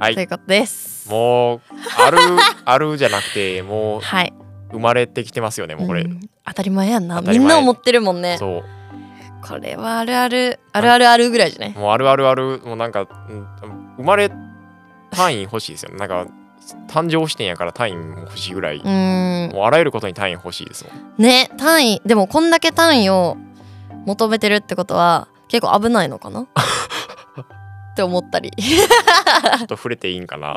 はい
ということです
もう、ある、 あるじゃなくて、もう
はい
生まれてきてますよね、もうこれ。
ん当たり前やんな
当た
み
り前
んな思ってるもんね
そう。
これはあるあるあるあるあるぐらいじゃない
もうあるあるある、もうなんか、うん生まれ単位欲しいですよね。なんか、誕生してんやから単位も欲しいぐらい。
うーん
もうあらゆることに単位欲しいですもん。
ね単位でもこんだけ単位を求めてるってことは結構危ないのかなって思った り
ちょっと触れていいんかな。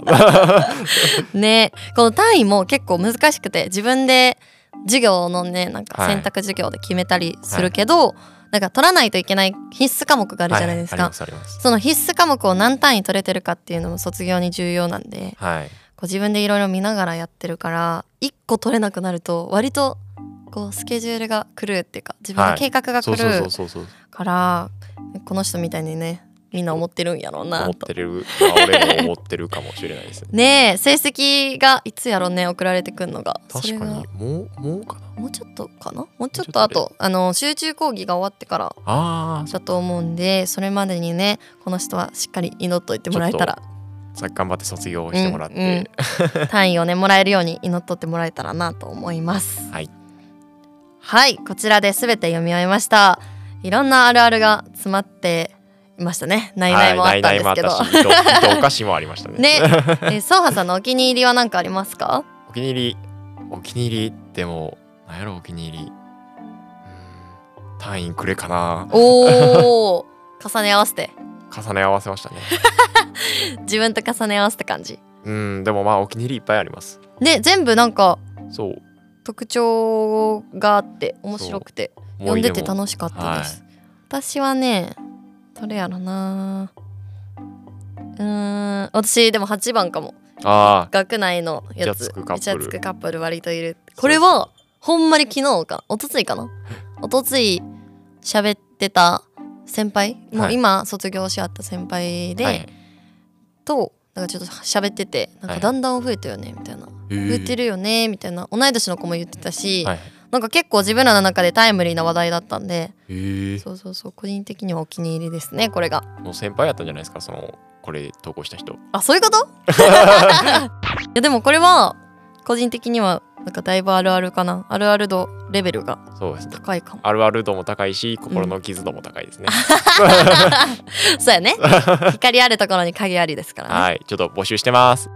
ねこの単位も結構難しくて自分で授業のねなんか選択授業で決めたりするけど、なんか取らないといけない必須科目があるじゃないですか、
はありますあります。
その必須科目を何単位取れてるかっていうのも卒業に重要なんで
はい。
こう自分でいろいろ見ながらやってるから1個取れなくなると割とこうスケジュールが狂うっていうか自分の計画が狂
そううそうそうそうそう。
からこの人みたいにねみんな思ってるんやろうな
思っ
と。
てる、まあ、俺も思ってるかもしれないですね。
ねえ成績がいつやろうね送られてくるのが それ
確か
が
に、もう、もうかな。
もうちょっとかなもうちょっ
もうちょっ
と
と
あ
あ
と
と
あの集中講義が終わってから
あ
だと思うんでそれまでにねこの人はしっかり祈っといてもらえたら
あ、さ頑張って卒業してもらって。
うんうん 単位をねもらえるように祈っとってもらえたらなと思います。
はい。
はい、こちらで全て読み終えました。いろんなあるあるが詰まっていましたね。ないないもあったんですけど。
はいないないもあったし、糸糸お菓子もありました ね。
ね、えソーハさんのお気に入りは何かありますか？
お気に入り、お気に入り、でも、なんやろ、お気に入り。うーん単位くれかな。
おお、 重ね合わせて、
重ね合わせましたね。
自分と重ね合わせた感じ。
うん、でもまあ、お気に入りいっぱいあります。
で、全部なんか
そう。
特徴があって面白くて
思
読ん
い出
で
も
て楽しかったです。私はね、どれやろな。うーん、私でも8番かも。
あ
学内のやつ
イチャつくカップル
イチャつくカップル割といるこれはほんまに昨日か一昨日かな一昨日喋ってた先輩、もう
はい
今卒業し合った先輩
あ、
で、
はい
となんかちょっと喋っててなんか
はい
だんだん増えたよねみたいな、
えー
増えてるよねみたいな同い年の子も言ってたし、
はい。
なんか結構自分らの中でタイムリーな話題だったんで
えー
そうそうそう個人的にはお気に入りですねこれが
もう先輩やったんじゃないですか、その、これ投稿した人。
あそういう こといやでもこれは個人的にはなんかだいぶあるあるかなあるある度レベルが
そうですね。
高いかも
あるある度も高いし、心の傷度も高いですね。
そうやね光あるところに影ありですから、ね
はい、ちょっと募集してます。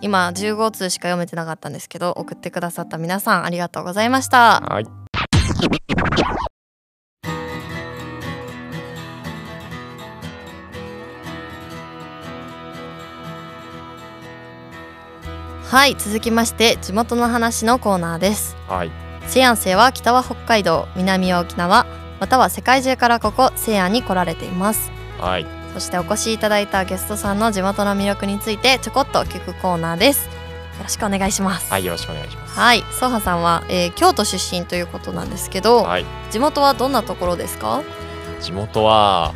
今15通しか読めてなかったんですけど送ってくださった皆さんありがとうございました
はい、
はい続きまして地元の話のコーナーです
はい、
西安生は北は北海道南は沖縄または世界中からここ西安に来られています
はい、
そしてお越しいただいたゲストさんの地元の魅力についてちょこっと聞くコーナーです。よろしくお願いします。
はい、よろしくお願いします。
はい、ソハさんは、えー京都出身ということなんですけど、
はい、
地元はどんなところですか？
地元は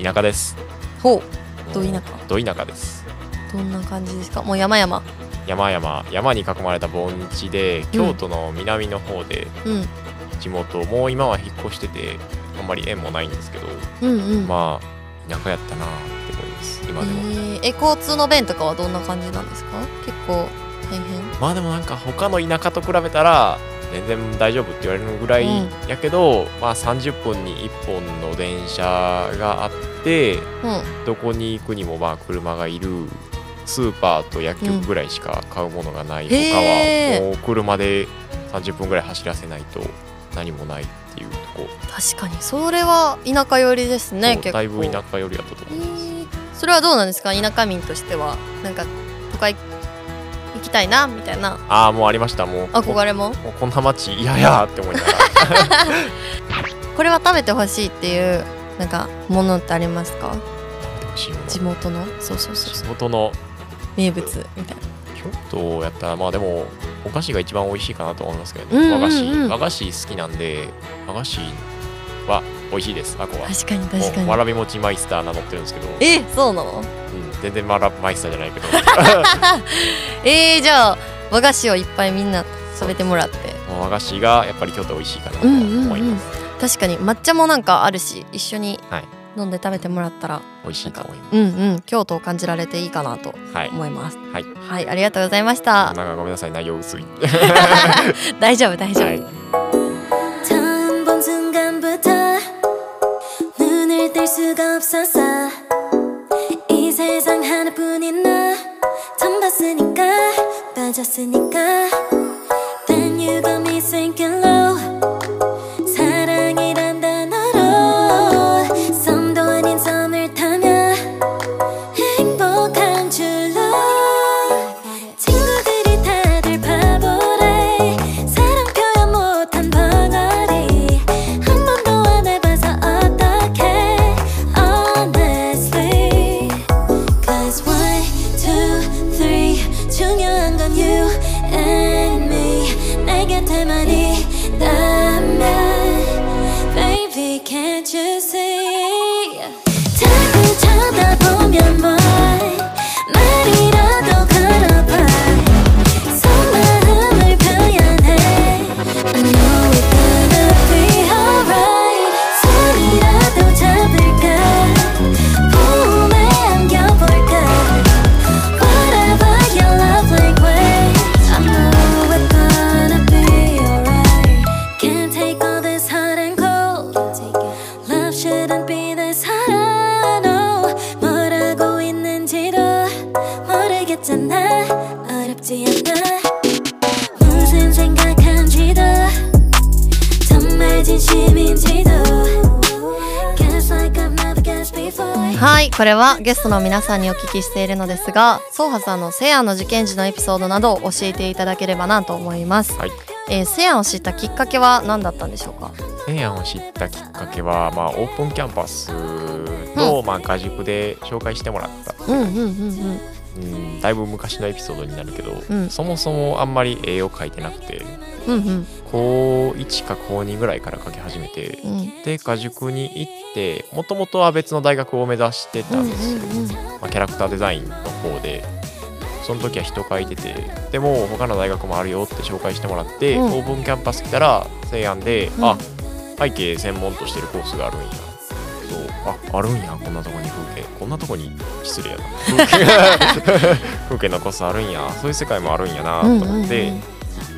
田舎です。
ほう、ど田舎、
ど田舎です。
どんな感じですか？もう山々、
山々、山に囲まれた盆地で、京都の南の方で
うん、
地元、もう今は引っ越してて、あんまり縁もないんですけど、
うんうん。
まあ田舎やったなって思います。
え
今でも。
ーえ交通の便とかはどんな感じなんですか？結構大変。
まあでもなんか他の田舎と比べたら全然大丈夫って言われるぐらいやけど、まあ、30分に1本の電車があって
うん
どこに行くにもまあ車がいるスーパーと薬局ぐらいしか買うものがない、
ん
他
へ
は
ー
もう車で30分ぐらい走らせないと何もないっていうとこ
確かにそれは田舎寄りですね
そう
結構
だいぶ田舎寄りだったと
え
思います。
ーそれはどうなんですか田舎民としてはなんか都会行きたいなみたいな
ああもうありましたもう
憧れも
もうこんな街嫌やって思いながら
これは食べてほしいっていうなんかものってありますか
欲しいもの
地元のそうそうそう
地
そう
元の
名物みたいな
京都やったらまあでもお菓子が一番美味しいかなと思いますけど
うんうん
ね
うん
和菓子和菓子好きなんで和菓子は美味しいですあこは
確かに確
もう
か
わ
に
らび餅マイスター名乗ってるんですけど、
えそうなの
うん、全然わらマイスターじゃな いけど
えー、じゃあ和菓子をいっぱいみんな食べてもらって
もう和菓子がやっぱり京都美味しいかなと思います、
確かに抹茶もなんかあるし一緒に
はい
飲んで食べてもらったら
美味しいと思いま
うんうん京都を感じられていいかなと
すはい
思います
はい
はいありがとうございました
なんかごめんなさい内 容薄い
大丈夫大丈夫、
はい
처음 본 순간부터 눈을 뗄 수가 없었어 이 세상 하나뿐인 나 처음 봤으니까 빠졌으니까 Then you got me sinking low 사랑이란 단어로 썸도 아닌 썸을 타며 행복한 줄로 친구들이 다들 바보래 사랑 표현 못한 벙어리 한 번도 안 해봐서 어떡해 Honestly Cause one, two, three 중요한 건 you and me 내 곁에만 있다면 Baby can't you see 자꾸 쳐다보면 뭘 말이라도 걸어봐 속마음을 표현해 I know it's gonna be alright 손이라도 잡을까 봄에 안겨볼까 Whatever your love language I know it's gonna be alright Can't take all this hot and cold Love shouldn't be this hot I know 뭐라고 있는지도 모르겠잖아 어렵지 않아 무슨 생각한지도 정말 진심인지도 Guess like I've never guessed before
はい、これはゲストの皆さんにお聞きしているのですが、ソーハさんのセアンの受験時のエピソードなどを教えていただければなと思います。
はい
えー、セアンを知ったきっかけは何だったんでしょうか。
西安を知ったきっかけは、まあ、オープンキャンパスの、まあ、画塾で紹介してもらった
うんうんうん
うんだいぶ昔のエピソードになるけど、
うん
そもそもあんまり絵を描いてなくて
うんうんうん
高1か高2ぐらいから描き始めて
うん
で画塾に行ってもともとは別の大学を目指してたんですよ、
うん
まあ、キャラクターデザインの方でその時は人描いててでも他の大学もあるよって紹介してもらって、
うん
オープンキャンパス来たら西安で、
うん
あ背景専門としてるコースがあるんやそうああるんやこんなとこに風景こんなとこに失礼やな風 景風景のコースあるんやそういう世界もあるんやなと思って、
うんうんうん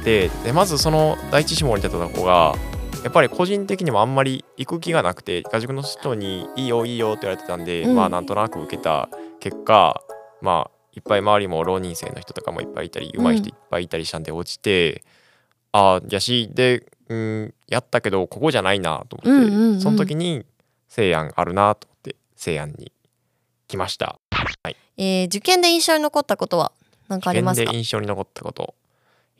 ででまずその第一志望に出たとこがやっぱり個人的にもあんまり行く気がなくて画塾の人に「いいよいいよ」って言われてたんで、
うん
まあなんとなく受けた結果まあいっぱい周りも浪人生の人とかもいっぱいいたり
うん
上手い人いっぱいいたりしたんで落ちて、ああやしで、うん、やったけどここじゃないなと思って、
うんうんうん
その時に西安あるなと思って西安に来ました。
えー、受験で印象に残ったことは何かあります
自分
か
で。印象に残ったこと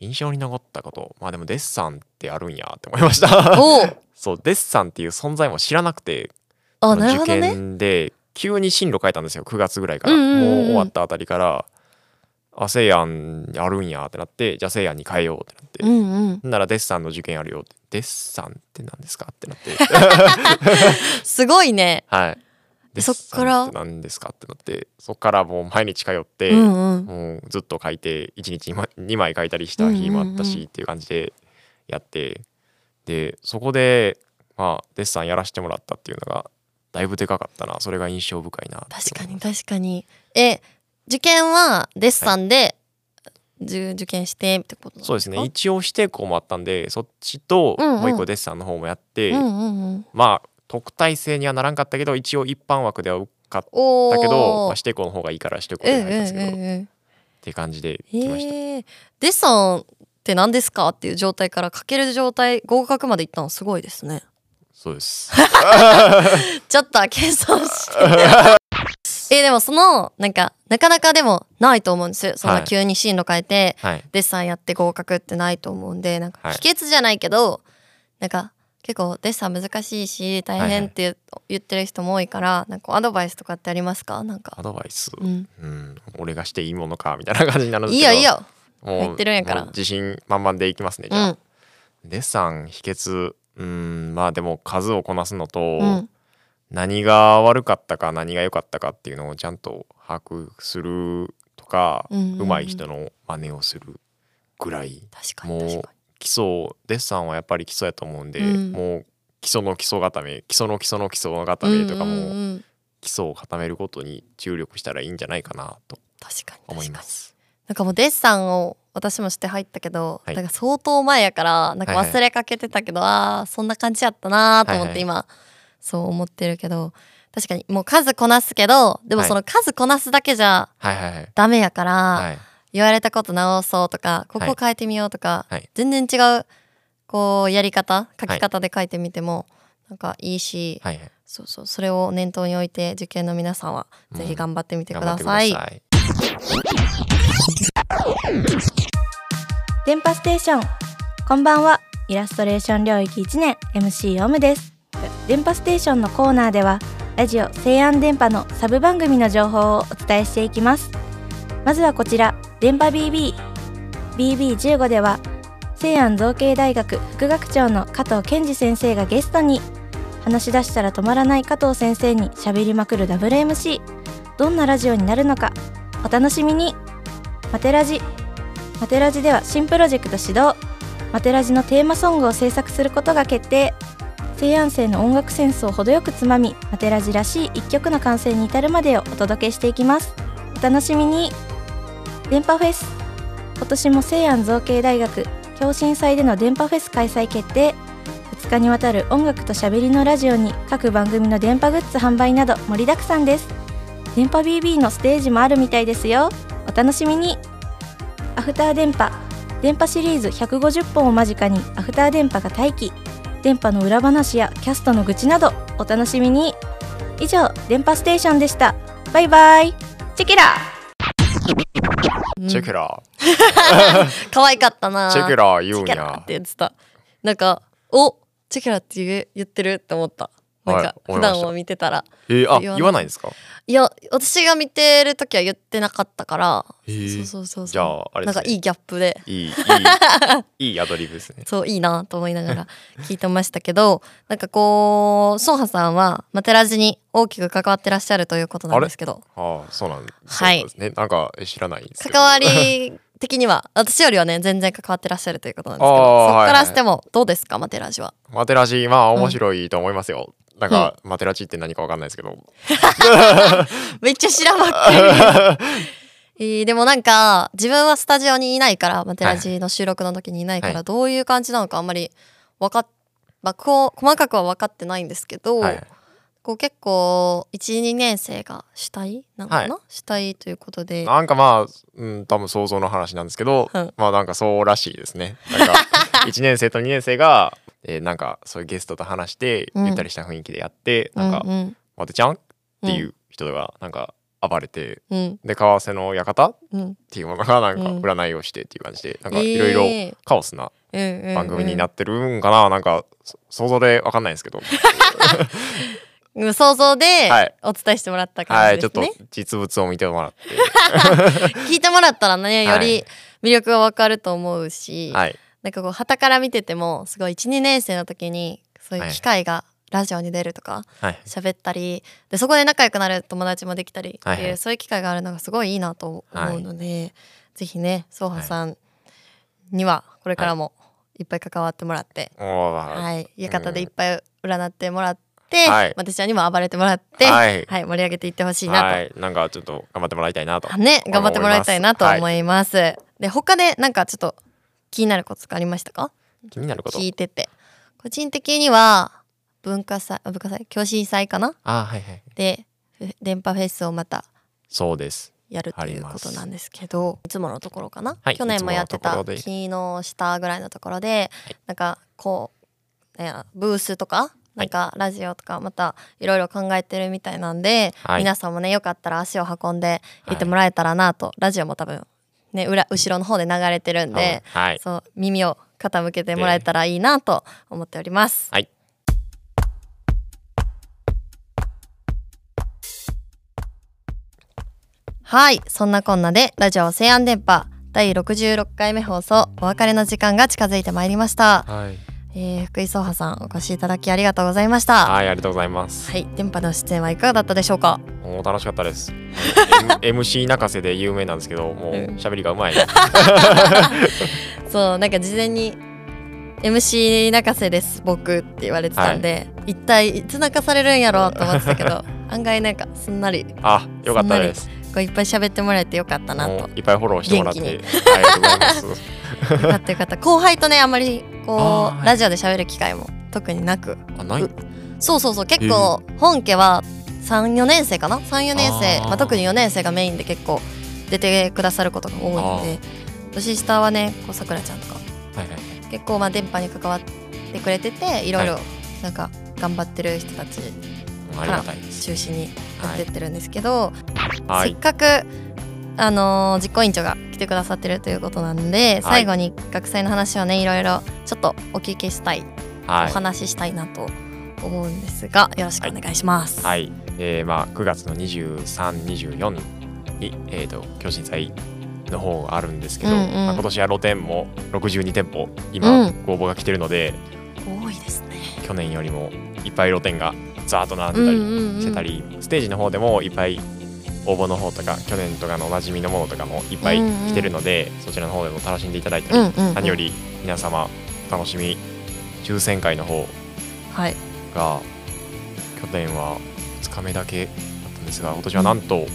印象に残ったことまあでもデッサンってあるんやって思いました
おお、
そうデッサンっていう存在も知らなくて
あ、
あの
なるほど
受
ね。
験で急に進路変えたんですよ9月ぐらいから、
うんうんうんうん
もう終わったあたりからあ西安あるんやってなってじゃあ西安に変えようってなって、
うんうん。
ほんならデッサンの受験あるよってデッサンって何ですかってなって
すごいね。
はいデッサン
そっから
って何ですかってなってそっからもう毎日通って、
うんうん。
もうずっと書いて1日2枚 書いたりした日もあった
うんうんう
しっていう感じでやってでそこでまあデッサンやらせてもらったっていうのがだいぶでかかったなそれが印象深いなって
確かに確かに。え、受験はデッサンで、受受験してってことなん
そうですね一応指定校もあったんでそっちと
うんうん
もう一個デッサンの方もやって、
うんうんうん、
まあ特待生にはならんかったけど一応一般枠では受かっ
おー
たけど、まあ、指定校の方がいいから指定校
うん
で
うんう
入ったん
ん
ですけど、っ
うん
ていう感じで来ました、
えー、デッサンって何ですかっていう状態から書ける状態合格までいったのすごいですね
そうです
ちょっと計算 してえーでもそのなんかなかなかでもないと思うんですそん
は
ない急に進路変えて
はい
デッサンやって合格ってないと思うんでなんか
はい
秘訣じゃないけど、なんか結構デッサン難しいし大変って言ってる人も多いからなんかアドバイスとかってありますかなんか
アドバイス、
うん
うん、俺がしていいものかみたいな感じになるんで
い
す
い
けど
よいいよ
もう
入ってるんやから
もう自信満々でいきますねじ
う
ゃあ、
ん
デッサン秘訣うんまあでも数をこなすのと、
うん
何が悪かったか何が良かったかっていうのをちゃんと把握するとか、
う
うん
うんうん
まい人の真似をするぐらい
確かに
も
確
う
か
基礎デッサンはやっぱり基礎やと思うんで、
うん
もう基礎の基礎固め基礎の基礎の基礎の固
に
めとかも、
うんうんうん
基礎を固めることに注力したらいいんじゃないかなと
確かに
思い
確
ま
かに
す。
なんかもうデッサンを私もして入ったけど、
はい
なんか相当前やからなんか
はいはい
忘れかけてたけど、ああそんな感じやったなーと思っ
はい
て
はい
今、そう思ってるけど確かにもう数こなすけどでも
はい
その数こなすだけじゃ
はいはいはい。
ダメやから、
はい、
言われたこと直そうとかこ
は
こ
い
変えてみようとか、
はい
全然違うこうやり方書き方で書いてみても、なんかいいし、
はいはい。
そうそうそれを念頭に置いて受験の皆さんはぜひ頑張ってみてください。
頑張ってください。
電波ステーションこんばんはイラストレーション領域1年 MC オムです電波ステーションのコーナーではラジオ西安電波のサブ番組の情報をお伝えしていきますまずはこちら電波 BB BB15 では西安造形大学副学長の加藤健二先生がゲストに話し出したら止まらない加藤先生に喋りまくる WMC どんなラジオになるのかお楽しみにマテラジマテラジでは新プロジェクト始動マテラジのテーマソングを制作することが決定西安生の音楽センスを程よくつまみマテラジらしい一曲の完成に至るまでをお届けしていきますお楽しみに電波フェス今年も西安造形大学共振祭での電波フェス開催決定2日にわたる音楽としゃべりのラジオに各番組の電波グッズ販売など盛りだくさんです電波 BB のステージもあるみたいですよお楽しみにアフター電波電波シリーズ150本を間近にアフター電波が待機電波の裏話やキャストの愚痴などお楽しみに以上電波ステーションでしたバイバイチェケラ
うん
チェケラー、
可愛かったな。
チェケラー言うん
チェケラ
や
っ。て言ってた。なんか、おチェケラって言う言ってるって思った。なんか、
はい
普
思いまし
段
た
を見てたら。
えー、あ
言わない
言わないんですか。
いや、私が見てる時は言ってなかったから。
へ
そ
ー
うそうそうそう。
じゃああれ
な
で
ん
すね
かいいギャップで。
いいいい いいアドリブですね。
そういいなと思いながら聞いてましたけどなんかこうソンハさんはマテラジに大きく関わってらっしゃるということなんですけど
ああそうなんです
はい
ね。なんかえ知らないんですけど。
関わり的には私よりはね全然関わってらっしゃるということなんですけど
あー
そこか
はいは
ら
い
してもどうですかマテラジは
マテラジまあ面白いと思いますよ。なんか、マテラジって何かわかんないですけど。
めっちゃ知らばっか り。えーでもなんか自分はスタジオにいないからマテラジの収録の時にいないから、
はい
どういう感じなのかあんまりわかっ、まあ、こう細かくは分かってないんですけど、
はい。
こう結構12年生が主体なのかな、主体ということで
なんかまあ、うん、多分想像の話なんですけど、
うん
まあなんかそうらしいですね。なん か1年生と2年生が、えーなんかそういうゲストと話して、
うん
ゆったりした雰囲気でやって、なんか、
うんうん
マテちゃんっていう人がなんか暴れて、
うん
で、為替の館っ
うん
ていうものがなんか
うん
占いをしてっていう感じで、なん
えー
かいろいろカオスな
うんうん
番組になってるんかな、なんかそ想像でわかんないんです けど。
うん想像で
はい
お伝えしてもらった
は
感
い、
じ
ち
で
ょっ
す
と
ね、
実物を見てもらって。
聞いてもらったらねよ
はい
り魅力がわかると思うし、
はい。
なんかこう旗から見ててもすごい12年生の時にそういう機会がラジオに出るとか
はい。
喋ったりでそこで仲良くなる友達もできたりっていう、
はいはい
そういう機会があるのがすごいいいなと思うので、ぜひねソーハさんにはこれからもいっぱい関わってもらって、
おー
はい
はい。
館でいっぱい占ってもらって、
はい
私ちゃんにも暴れてもらって、
はい
盛り上げていってほしいなと
はい、なんかちょっと頑張ってもらいたいなと。
ね、頑張ってもらいたいなと思います。で他でなんかちょっと気になることとかありましたか
気になること
聞いてて個人的には文化祭あ文化祭教師祭かな
あーはいはい
でふ電波フェスをまた
そうです
やるということなんですけどいつものところかな、
はい
去年もやって
いつも
た
のところで
昨日したぐらいのところで、
はい
なんかこう、えーブースとかなんかラジオとかまたいろいろ考えてるみたいなんで、
はい
皆さんもねよかったら足を運んで行ってもらえたらなと、ラジオも多分ね裏後ろの方で流れてるんで、
はい
そう耳を傾けてもらえたらいいなと思っております。
はい
はい、そんなこんなでラジオ西安電波第66回目放送お別れの時間が近づいてまいりました、
はい
えー、福井聡波さんお越しいただきありがとうございましたは
はいありがとうございます
い、電波の出演はいかがだったでしょうか
もう楽しかっ たですあの M- MC 泣かせで有名なんですけどもう
うん
喋りがうまい
そうなんか事前に MC 泣かせです僕って言われてたんで、一体いつ泣かされるんやろうと思ってたけど 案外なんかすんなり
あよかったです
こういっぱい喋ってもらえてよかったな
も
と
ういっぱいフォローしてもらってあ
元
りがとうございます
よかったよかった後輩とねあんまりこ
あー
う、
はい
ラジオで喋る機会も特になく
あないう
そうそうそう結構本家は34年生かな34年生
あー
まあ、特に4年生がメインで結構出てくださることが多いんで年下はねこうさくらちゃんとか
はいはい
結構まあ電波に関わってくれてていろいろ
は
なんか頑張ってる人たち
ありがたいです
中心にやってってるんですけど、
は
せ
い
っかく、あのー実行委員長が来てくださってるということなんで最後に学祭の話をねいろいろちょっとお聞きしたい
は
お
い
話ししたいなと思うんですがよろしくお願いします。
はい、えーまあ、9月の23、24に、えー、と巨神祭の方があるんですけど、
うんうん
まあ、今年は露店も62店舗今、
うん
ご応募が来てるので
多いですね。
去年よりもいっぱい露店がザーッと並んでたりしてたり、ステージの方でもいっぱい応募の方とか去年とかのおなじみのものとかもいっぱい来てるので、そちらの方でも楽しんでいただいたり、
うんうんうん
何より皆様お楽しみ抽選会の方
はい。
が去年は2日目だけだったんですが今年はなんと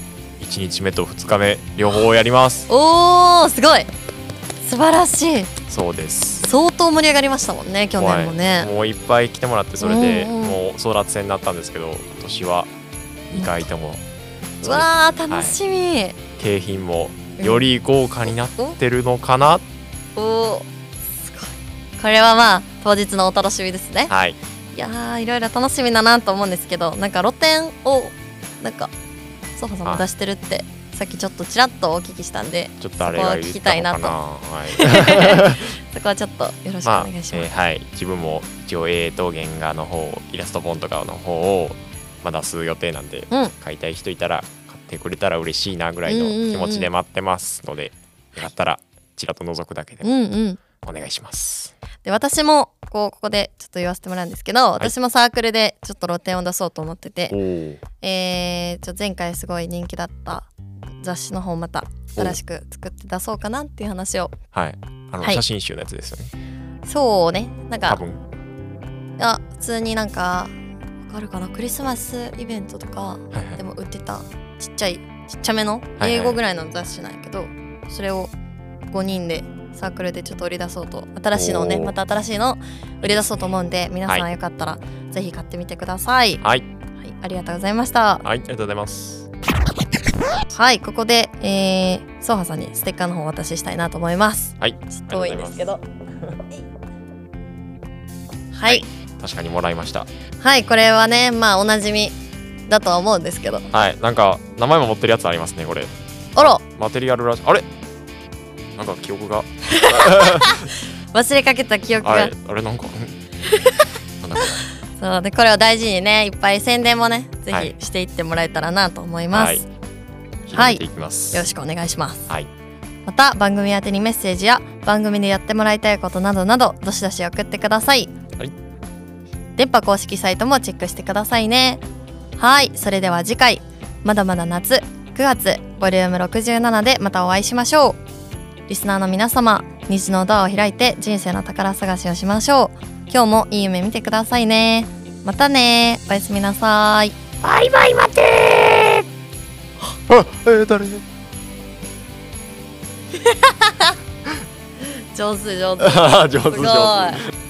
1日目と2日目両方やります
おおすごい素晴らしい
そうです
相当盛り上がりましたもんね去年もね。
はいもういっぱい来てもらってそれで
うんうん
もう争奪戦になったんですけど今年は2回とも
うわー楽しみ。
景品もより豪華になってるのかな
おーすごいこれはまあ当日のお楽しみですね
はい
いやーいろいろ楽しみだなと思うんですけどなんか露店をなんかソファさんも
あ
出してるってさっきちょっとちらっとお聞きしたん で
ちょっとあれが言
そこは聞
っ
き
た
たい
の
な
か
と
なはい、
そこはちょっとよろしくお
まあ、
願
え
いしま
ー
す、
はい自分も一応絵と原画の方イラスト本とかの方をまあ出す予定なんで
うん
買いたい人いたら買ってくれたら嬉しいなぐらいの
うんうんうん
気持ちで待ってますので、よかったらちらっと覗くだけでも
うんうん
お願いします。
で私もこうここでちょっと言わせてもらうんですけど、私もサークルでちょっと露店を出そうと思ってて、
お
えー、ちょ前回すごい人気だった雑誌の方また新しく作って出そうかなっていう話を
はいあの
はい
写真集のやつですよね、
そうねなんか
多分
あ普通になんかわかるかなクリスマスイベントとか
はいはい
でも売ってたちっちゃいちっちゃめの
はいはい
英語ぐらいの雑誌なんやけど、それを5人でサークルでちょっと売り出そうと新しいのをね
おー
また新しいのを売り出そうと思うんで皆さんよかったらぜひ買ってみてください、
はい
はい、ありがとうございました
はいありがとうございます。
はいここで、えー、ソハさんにステッカーの方をお渡ししたいなと思います
はい
ちょっと多いんですけど
あ
はい
確かにもらいました。
はいこれはねまあおなじみだとは思うんですけど
はいなんか名前も持ってるやつありますねこれ
あら
マテリアルラジあれなんか記憶が
忘れかけた記憶
あ
が
れあれなんかうんなんだこ
そうでこれを大事にねいっぱい宣伝もねぜ
はい
ひしていってもらえたらなと思い
れ
ます、
はい
よ
広げていきます。
ろしくお願いします
はい
また番組宛てにメッセージや番組でやってもらいたいことなどなどどしどし送ってください、
はい、
電波公式サイトもチェックしてくださいねはいそれでは次回まだまだ夏9月ボリューム67でまたお会いしましょうリスナーの皆様虹のドアを開いて人生の宝探しをしましょう今日もいい夢見てくださいねまたねおやすみなさい
あえー誰
上手上手
上手
すごい
上手